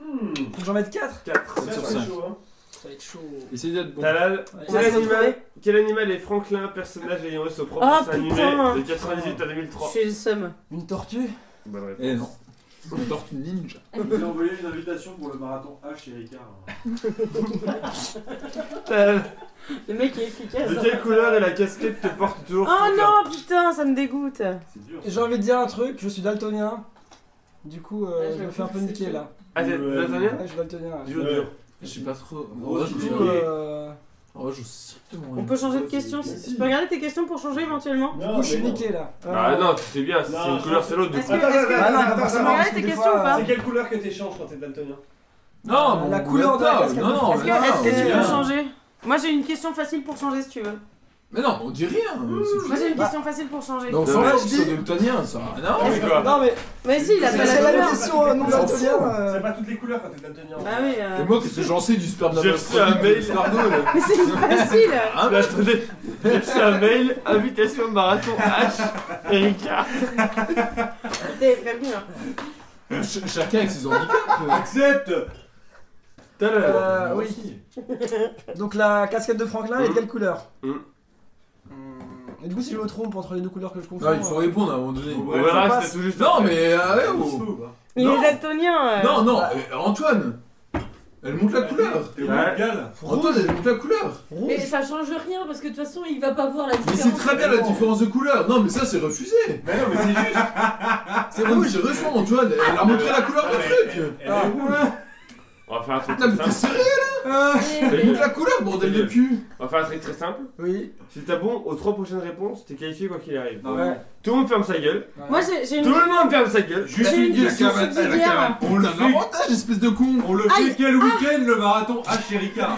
Hmm.
Faut que j'en mette 4.
4.
Ça,
sur
c'est
cinq.
chaud, hein.
Ça va être chaud.
Essayez d'être bon.
Talal,
Ouais.
On va
quel
se
animal,
retrouver.
quel animal est Franklin, personnage ayant eu son propre
Ah,
dessin animé
putain.
de 98 à 2003
Je suis le seum.
Une tortue
Bonne réponse.
Eh non. Une tortue ninja.
Il nous a envoyé une invitation pour le marathon H chez Ricard.
Talal,
Le mec est efficace.
De
hein.
quelle couleur est la casquette que porte toujours
Oh
Franklin
non putain, ça me dégoûte.
C'est dur.
J'ai envie de dire un truc, je suis daltonien. Du coup, euh,
Ouais,
je me
j'avoue,
fais un peu
c'est
niquer
chaud.
là.
Ah, t'es
Euh,
daltonien
Ouais, je suis daltonien.
Dur,
Ouais.
dur.
Je sais pas trop. En
Rose
vrai, je
Du
bleu.
coup,
joue-
euh,
en vrai, je joue strictement rien.
On peut changer de
Ouais,
question.
c'est-
Je peux regarder tes questions pour changer éventuellement
du coup, je suis niqué là.
Ah
Euh,
non, tu sais bien, si c'est
Non,
une couleur, c'est l'autre. du
Est-ce
coup.
que.
Attends,
Est-ce que...
attends,
Ah non,
attends,
on va
attends,
savoir,
attends,
parce que
tes
des
questions
fois,
ou pas
Ah. C'est quelle couleur que t'échanges quand t'es daltonien
Non, mais
la
on
couleur
voit
de la
pas.
casquette.
Non,
Est-ce que,
non,
est-ce que
mais
tu veux
bien.
changer Moi j'ai une question facile pour changer si tu veux.
Mais non, on dit rien. c'est
Moi,
fou.
j'ai une question facile pour changer.
Mais on
Non,
s'en
mais
fout,
je
c'est
dis-
daltonien, ça. Non,
Ah oui, quoi.
Non, mais
Mais si, il a
c'est
pas
c'est
la
la
couleur.
question euh, non
On s'en
daltonienne.
C'est
euh,
pas toutes les couleurs quand t'es daltonien.
Bah oui.
Et
euh,
moi, qu'est-ce que j'en sais du sperme d'un
J'ai reçu un mail.
Pardon, là.
Mais c'est facile.
Hein
Là, je te dis, Bah, j'ai reçu un mail, invitation au marathon H, Erika.
T'es prévenu. hein.
Ch- Chacun avec ses handicaps.
Accepte
Euh, oui. euh. Donc la casquette de Franklin est de quelle couleur Mm.
Mmh.
Et du coup, si je me trompe entre les deux couleurs que je confonds.
Non, Ah, il faut
euh,
répondre à un moment donné.
Bon, voilà,
passe.
c'était tout juste.
Non, mais. euh, ouais,
Ils se
oh.
font ou pas
Il
Non.
est daltonien. euh.
Non, non, euh, Antoine Elle monte la couleur
T'es ouais. égal
Antoine, elle monte la couleur
rouge.
Mais ça change rien parce que de toute façon il va pas voir la
Mais
différence.
c'est très bien la différence de couleur Non, mais ça, c'est refusé
Mais non, mais c'est juste
C'est refusé, Antoine Elle a montré la
Ah,
couleur du truc
Elle est où
On va faire un truc
Putain, mais
très
t'es
simple.
sérieux
Euh,
Elle monte la couleur, bordel de cul
On va faire un truc très simple.
Oui.
Si t'as bon aux trois prochaines réponses, t'es qualifié quoi qu'il arrive.
Non,
Ouais.
Tout le monde ferme sa gueule.
Moi, j'ai j'ai
Tout
une.
le monde ferme sa gueule.
Juste
J'ai une
gueule,
question
camarade, elle a
subsidiaire.
camarade. On l'a un avantage, espèce de con
On le fait quel week-end le marathon à Chérica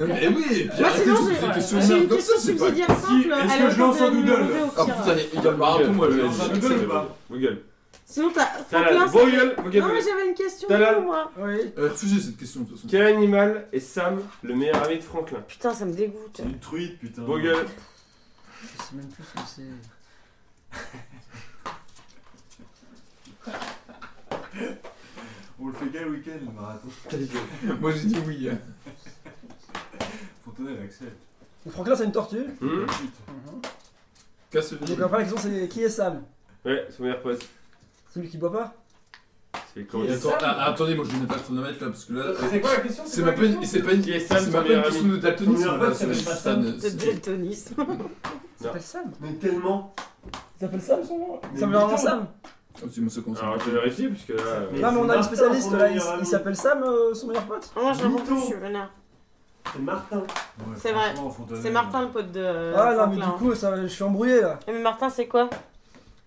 Mais oui et puis
Moi,
arrêtez de
sinon,
vous
j'ai
poser des questions de
j'ai
merde
une
comme ça,
question
c'est pas...
subsidiaire simple.
Est-ce
Elle
que
a
je lance
tenté
un
de me
doodle
demander au
Ah
pire.
putain, il y a le marathon, moi,
Google,
Ça
je...
me
Google,
gueule ou pas
Google.
Sinon, t'as.
T'as la-
Franklin,
Vos
c'est-
gueules, vos gueules,
Non,
vos
mais
gueules.
j'avais une question,
T'as la-
moi.
Oui.
Euh, refusez cette question, de toute façon.
Quel animal est Sam, le meilleur ami de Franklin
Putain, ça me dégoûte.
C'est une truite, putain.
Google.
Je sais même plus ce que c'est.
On le fait quel week-end le marathon
Moi, j'ai dit oui. hein.
Fontenay, elle accepte.
Franklin, c'est une tortue.
Hmm
Putain.
Casse le
Donc, après, la question, c'est qui est Sam
ouais, son meilleur pote.
Celui qui boit pas
C'est quand il
Attends, ah, attendez, moi, je vais mettre un chronomètre, là, parce que là...
C'est quoi la question
C'est ma peine, c'est pas une,
Qui est Sam,
c'est ma
son
peine
meilleur
question de daltonisme.
Son meilleur
là,
pote,
c'est
s'appelle
juste
pas
Sam,
De
c'est-
daltonisme.
Il s'appelle Sam.
Mais tellement
Il s'appelle Sam son nom Il
Mais
s'appelle vraiment
putain.
Sam.
Ah, c'est moi, ça concerne.
Alors, je vais vérifier, puisque là. euh,
Mais
Non, mais on a
c'est
le
Martin,
spécialiste
son
là.
meilleur
Il
ami.
il s'appelle Sam, euh, son meilleur pote.
Moi, je
Bouton.
plus, je suis vénère.
C'est Martin.
C'est vrai. C'est Martin, le pote de. euh,
Ah non, mais
Franklin.
du coup, ça, je suis embrouillé là.
Eh, Mais Martin, c'est quoi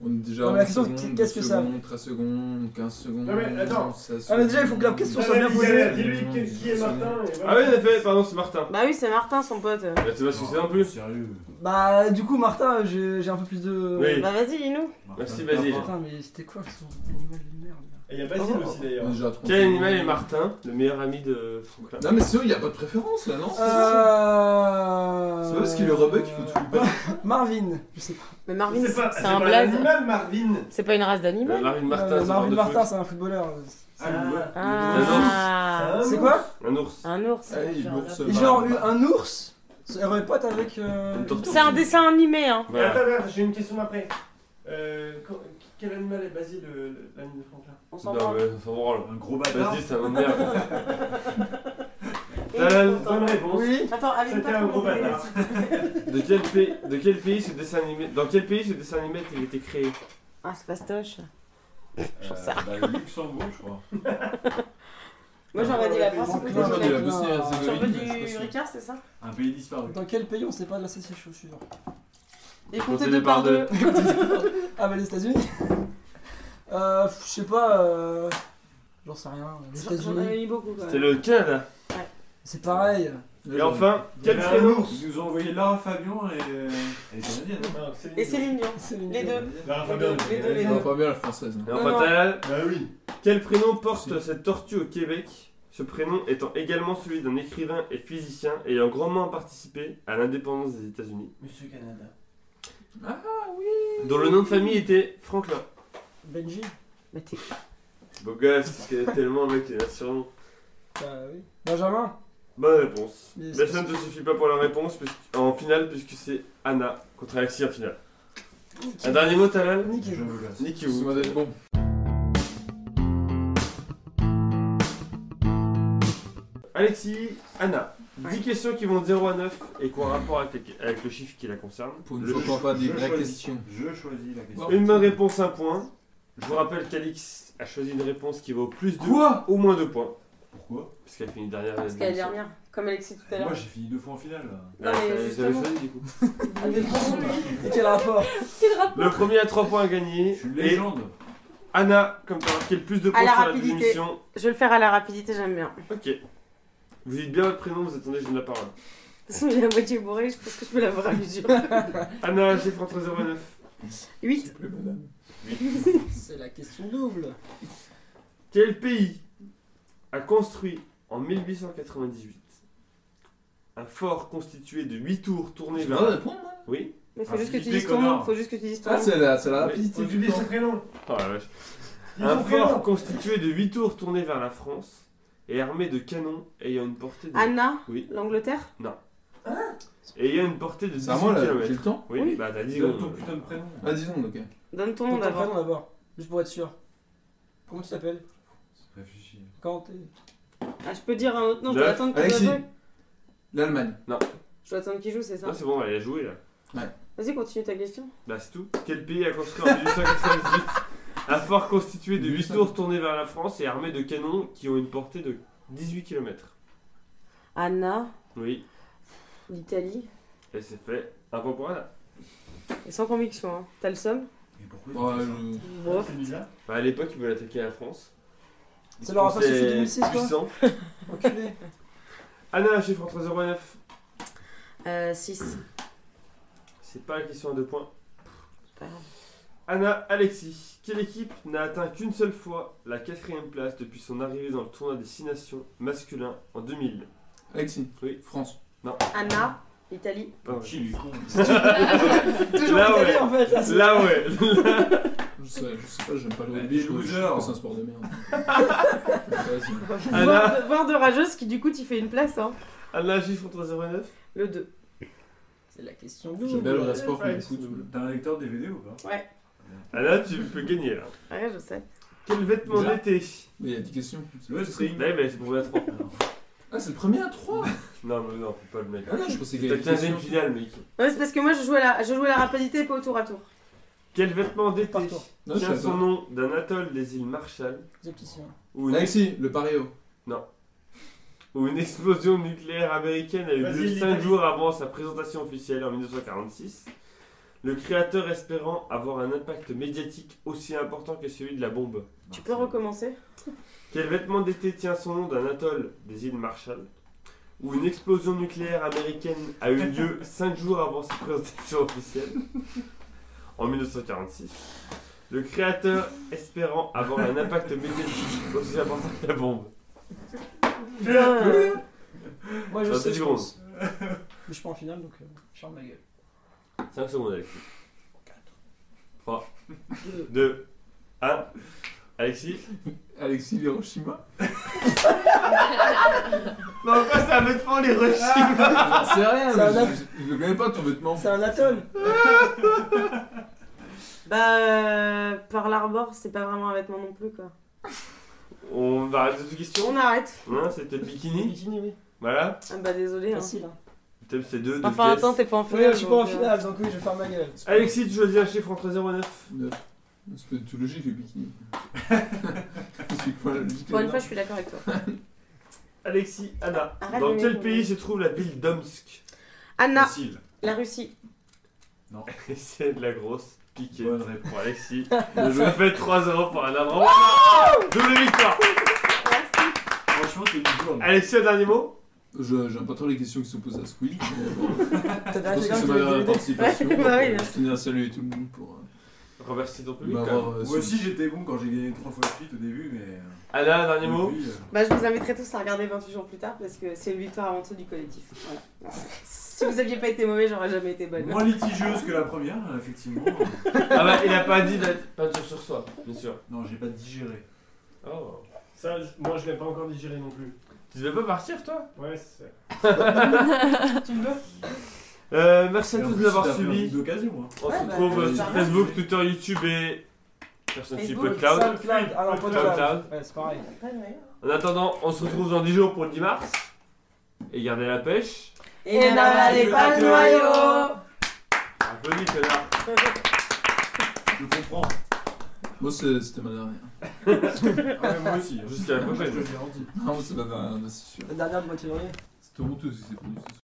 On est déjà.
Non, mais la question, c'est qu'est-ce que ça
secondes, 13 secondes, 15 secondes.
Non, mais attends.
16
Ah, mais déjà, il faut que la
secondes.
question soit bien posée.
Dis-lui qui est Martin. et voilà.
Ah, oui, en effet, pardon, c'est Martin.
Bah oui, c'est Martin, son pote.
Bah, c'est pas ce que c'est non plus.
Sérieux.
Bah, du coup, Martin, j'ai j'ai un peu plus de.
Oui.
Bah vas-y, dis-nous.
Merci, vas-y.
Putain, mais c'était quoi son animal de merde là
Et il y a Basile
Oh.
aussi d'ailleurs.
On est déjà à 30
Quel
secondes.
animal est Martin, le meilleur ami de Franklin
Non, mais c'est eux, il n'y a pas de préférence là, non
Euh.
C'est pas parce qu'il est rebeu qu'il faut tout lui battre.
Marvin, je sais pas.
Mais Marvin, c'est
pas-
c'est un
pas
blaze.
l'animal, Marvin.
C'est pas une race
Euh,
d'animal.
Marvin Martin,
Euh,
c'est
Marvin
un
Martin,
ours.
c'est un footballeur.
Ah, le ouais.
Ah.
C'est quoi
Un ours.
Un ours.
Ah, il l'ours.
Et Genre un ours C'est un pote avec. euh,
Une tortue.
C'est un dessin animé, hein.
Et Attends,
Voilà.
attends, j'ai une question d'après. Euh, quand- quel animal est Basile, le- le- l'ami de Franklin
On s'en
Non,
va.
mais ça s'en branle.
Un gros bâtard.
Vas-y, ça m'emmerde.
Bonne réponse.
Oui.
Attends, avec
C'était
pas
un gros
compris.
bâtard.
De quel pays, de quel pays ce dessin animé, dans quel pays ce dessin animé a-t-il été créé
Ah, c'est fastoche. J'en sais
Luxembourg, je crois.
Moi, j'aurais dit la France.
Moi,
Moi, j'en ai la
Non,
Bosnie et
Tu veux
Herzégovine. mais je
du
suis pas sûr.
Ricard, c'est ça
Un pays disparu.
Dans quel pays on sait pas de la sécheresse je suis sûr.
Et
Comptez
compter
deux
deux par
par
deux.
Ah, bah les États-Unis Euh. Je sais pas. Euh... J'en sais rien. Les
J'en j'en
États-Unis.
avais mis beaucoup quand
C'est
même.
le Canada.
C'est pareil.
Et enfin, quel
Il y avait un
prénom
ours. Ils nous ont envoyé Lara Fabian et. Elle est canadienne. hein
Et Céline Dion.
C'est
Les
une-
deux.
Lara
Les deux, les deux, les
Elle
canadienne.
va pas bien la française. hein.
Et
Non,
enfin,
non.
Talal,
Bah oui.
quel prénom porte cette tortue au Québec Ce prénom étant également celui d'un écrivain et physicien ayant grandement participé à l'indépendance des États-Unis,
Monsieur Canada.
dont le nom de famille était Franklin.
Benji
Mais t'es-
Beau gosse, parce qu'il y a tellement mec, il a sûrement.
Bah oui. Benjamin
Bonne réponse.
Mais
Mais
c'est
ça ne
pas-
te suffit pas pour la réponse puisque- en finale, puisque c'est Anna contre Alexis en finale. Un dernier mot, Talal
Je
Nickel.
vous laisse.
Nick,
C'est moi d'être bon.
Alexis, Anna, 10 questions qui vont de 0 à 9 et qui ont un rapport avec, avec le chiffre qui la concerne.
Pour
Le-
une fois qu'on fait des
je
vraies
choisis.
questions.
Je choisis la question.
Une bonne réponse, un point. Je vous rappelle qu'Alix a choisi une réponse qui vaut plus de
Quoi
au moins 2 points.
Pourquoi
Parce qu'elle finit dernière.
Parce qu'elle est dernière. Comme Alexis tout à l'heure.
Moi j'ai fini deux fois en finale là.
Ah,
Non, mais
t'avais- t'avais
justement.
choisi, du coup.
Et quel rapport
Le premier à 3 points à gagner.
Je suis une
Et
légende.
Anna, comme t'as marqué le plus de
À
points
la
sur la
rapidité.
émission.
Je vais le faire à la rapidité, j'aime bien.
Ok. Vous dites bien votre prénom, vous attendez, je donne la parole.
toute façon, il est à moitié bourré, je pense que je peux l'avoir à l'usure.
Anna, chiffre entre 0 et 9.
8.
plus, madame. C'est la question double.
Quel pays a construit en 1898 un fort constitué de 8 tours tournées
Je
vers.
dois répondre, hein moi.
Oui
Mais faut
Ah,
juste que tu
dis-les,
dises ton
connard.
nom, faut juste que tu dises ton
Ah,
nom.
c'est la, c'est la
Oui.
rapidité
On
du
oublie
temps.
son prénom.
Oh la vache.
Dis
Un
son prénom.
fort constitué de 8 tours tournées vers la France et armé de canons ayant une portée de,
Anna,
Oui.
l'Angleterre
ayant une portée de 18
C'est à moi là, j'ai
km.
le temps.
Oui, bah t'as dit.
Donne
euh,
ton putain de prénom.
Ah, disons, ok.
Donne ton nom
Ton
d'abord.
prénom d'abord, juste pour être sûr. Comment tu t'appelles
Réfléchis.
Quand t'es.
Ah, je peux dire un autre nom, je
Neuf.
dois attendre qu'il
Alexis.
joue.
L'Allemagne.
Je dois attendre qu'il joue, c'est ça
Non, c'est bon, elle a joué là.
Vas-y, continue ta question.
Bah, c'est tout. Quel pays a construit en 1898 un fort constitué de 8 tours tournées vers la France et armé de canons qui ont une portée de 18 km
Anna,
Oui,
l'Italie.
et c'est fait. Un point pour Anna.
Et sans conviction, hein. T'as le somme
Mais
ils
pourquoi
Bon.
C'est bizarre.
Bah, à l'époque, ils voulaient attaquer la France. Ils
Ça leur a
se
pas suffi
pensaient
2006, quoi.
puissants.
Enculé.
Anna, chiffre entre 0 et 9.
Euh, 6.
C'est pas la question à deux points.
pas grave.
Anna, Alexis, quelle équipe n'a atteint qu'une seule fois la quatrième place depuis son arrivée dans le tournoi des six nations masculin en 2000
Alexis.
Oui.
France.
Anna, l'Italie.
Pardon.
Qui est con
Toujours
Là,
l'Italie
ouais.
en fait, là, c'est-
Là, ouais.
Je sais, je sais pas, j'aime pas le
Ouais,
rugby.
des
je- Je
losers.
trouve que c'est un sport de merde. Vas-y.
Anna.
Voir de, voir de rageuse qui, du coup, t'y fait une place, hein.
Anna, chiffre entre 0 et 9.
Le 2.
C'est la question
J'aime
double.
bien le vrai sport, mais le foot.
T'as un lecteur DVD ou pas
Ah là, tu peux gagner là.
Ah Ouais, je sais.
Quel vêtement
Déjà
d'été
Mais il y a des questions.
Le string.
Bah, mais c'est pour mettre 3.
Ah, c'est le premier à 3
non, mais non, faut pas le mettre.
Ah non, je pensais qu'il y
T'as
avait des
15
questions.
finale, mec.
Non, mais c'est parce que moi, je jouais à la, je jouais à la rapidité et pas au tour à tour.
Quel vêtement d'été
Partout.
Non, je
tient
savais
son
pas.
nom d'un atoll des îles Marshall
Des petits siens.
où une,
Alexis, le pareo.
où une explosion nucléaire américaine a eu
Vas-y,
lieu
l'Italie.
5 jours avant sa présentation officielle en 1946 Le créateur espérant avoir un impact médiatique aussi important que celui de la bombe.
Tu peux recommencer
Quel vêtement d'été tient son nom d'un atoll des îles Marshall où une explosion nucléaire américaine a eu lieu 5 jours avant sa présentation officielle en 1946 Le créateur espérant avoir un impact médiatique aussi important que la bombe.
Putain, euh,
Moi je
Ça,
sais,
c'est
je
du
pense. Mais je suis pas en finale donc euh, je ferme ma gueule.
5 secondes, Alexis. 3, 2, 1. Alexis
Alexis Hiroshima.
Non, quoi, c'est un vêtement, les rushing
J'en sais rien,
Ça va.
Ah, mais je- je le connais pas ton vêtement.
C'est un atone
Bah, euh, par l'arbor, c'est pas vraiment un vêtement non plus, quoi.
On va arrêter cette question.
On arrête.
Hein, C'était le bikini.
Bikini, oui.
Voilà.
Ah, bah, désolé. Hein.
Facile. hein.
Thème, C'est 2, 2
Enfin, attends, t'es pas en
Ouais,
finale.
je suis pas en
donc, euh,
finale donc oui, je ferme ma gueule.
Alexis, tu choisis un chiffre entre 0 et 9.
Neuf. C'est pas du tout logique le bikini. C'est quoi la logique
Pour une
là-dedans
fois, je suis d'accord avec toi.
Alexis, Anna.
Arrête
Dans
de
quel
me-
pays se trouve la ville d'Omsk
Anna,
Facile.
la Russie.
C'est de la grosse piquette
Bonne réponse.
pour Alexis. Je fais 3 euros pour Anna. Bravo. Double victoire.
Merci.
Franchement, t'es du jour.
Alexis, un dernier mot
Je J'aime pas trop les questions qui sont posées à Squeak. mais
T'as
Je pense
raté
que
quand
c'est ma
même que
dernière
tu
participation.
Ouais, bah oui, bien
Je tenais à saluer tout le monde pour euh,
Remercie ton public.
Bah,
quand même.
m'avoir. euh,
Moi aussi j'étais bon quand j'ai gagné 3 fois de suite au début, mais.
Anna, un dernier mot
Depuis, euh,
Bah, je vous inviterai tous à regarder 28 jours plus tard parce que c'est une victoire avant tout du collectif. Voilà. si vous aviez pas été mauvais, j'aurais jamais été bonne.
Moins litigieuse que la première, euh, effectivement.
Ah bah, il a pas dit de peinture sur soi, bien sûr.
non, j'ai pas digéré.
Oh.
Ça, je- moi, je l'ai pas encore digéré non plus.
Tu devais pas partir, toi
Ouais, c'est.
euh, Merci à
Et en
tous de
plus,
nous avoir
t'as fait un
suivis.
double d'occasion,
On
hein.
Ouais,
se
bah,
retrouve euh,
ça
sur
marche.
Facebook, Twitter, YouTube et. Personne qui
Facebook,
Podcloud.
SoundCloud, ah non,
SoundCloud.
PodCloud. Ouais, c'est pareil.
En attendant, on se retrouve dans 10 jours pour le 10 mars. Et gardez la pêche.
Et n'avalez pas le noyau!
Un peu vite, connard.
Ah Je comprends.
Moi c'est- c'était ma dernière.
Ah ouais, moi aussi. hein.
Jusqu'à la prochaine.
Je te le garantis.
Non, c'est ma dernière, bah, c'est sûr.
La dernière de moitié de janvier.
C'était honteux ce qui s'est produit ce soir.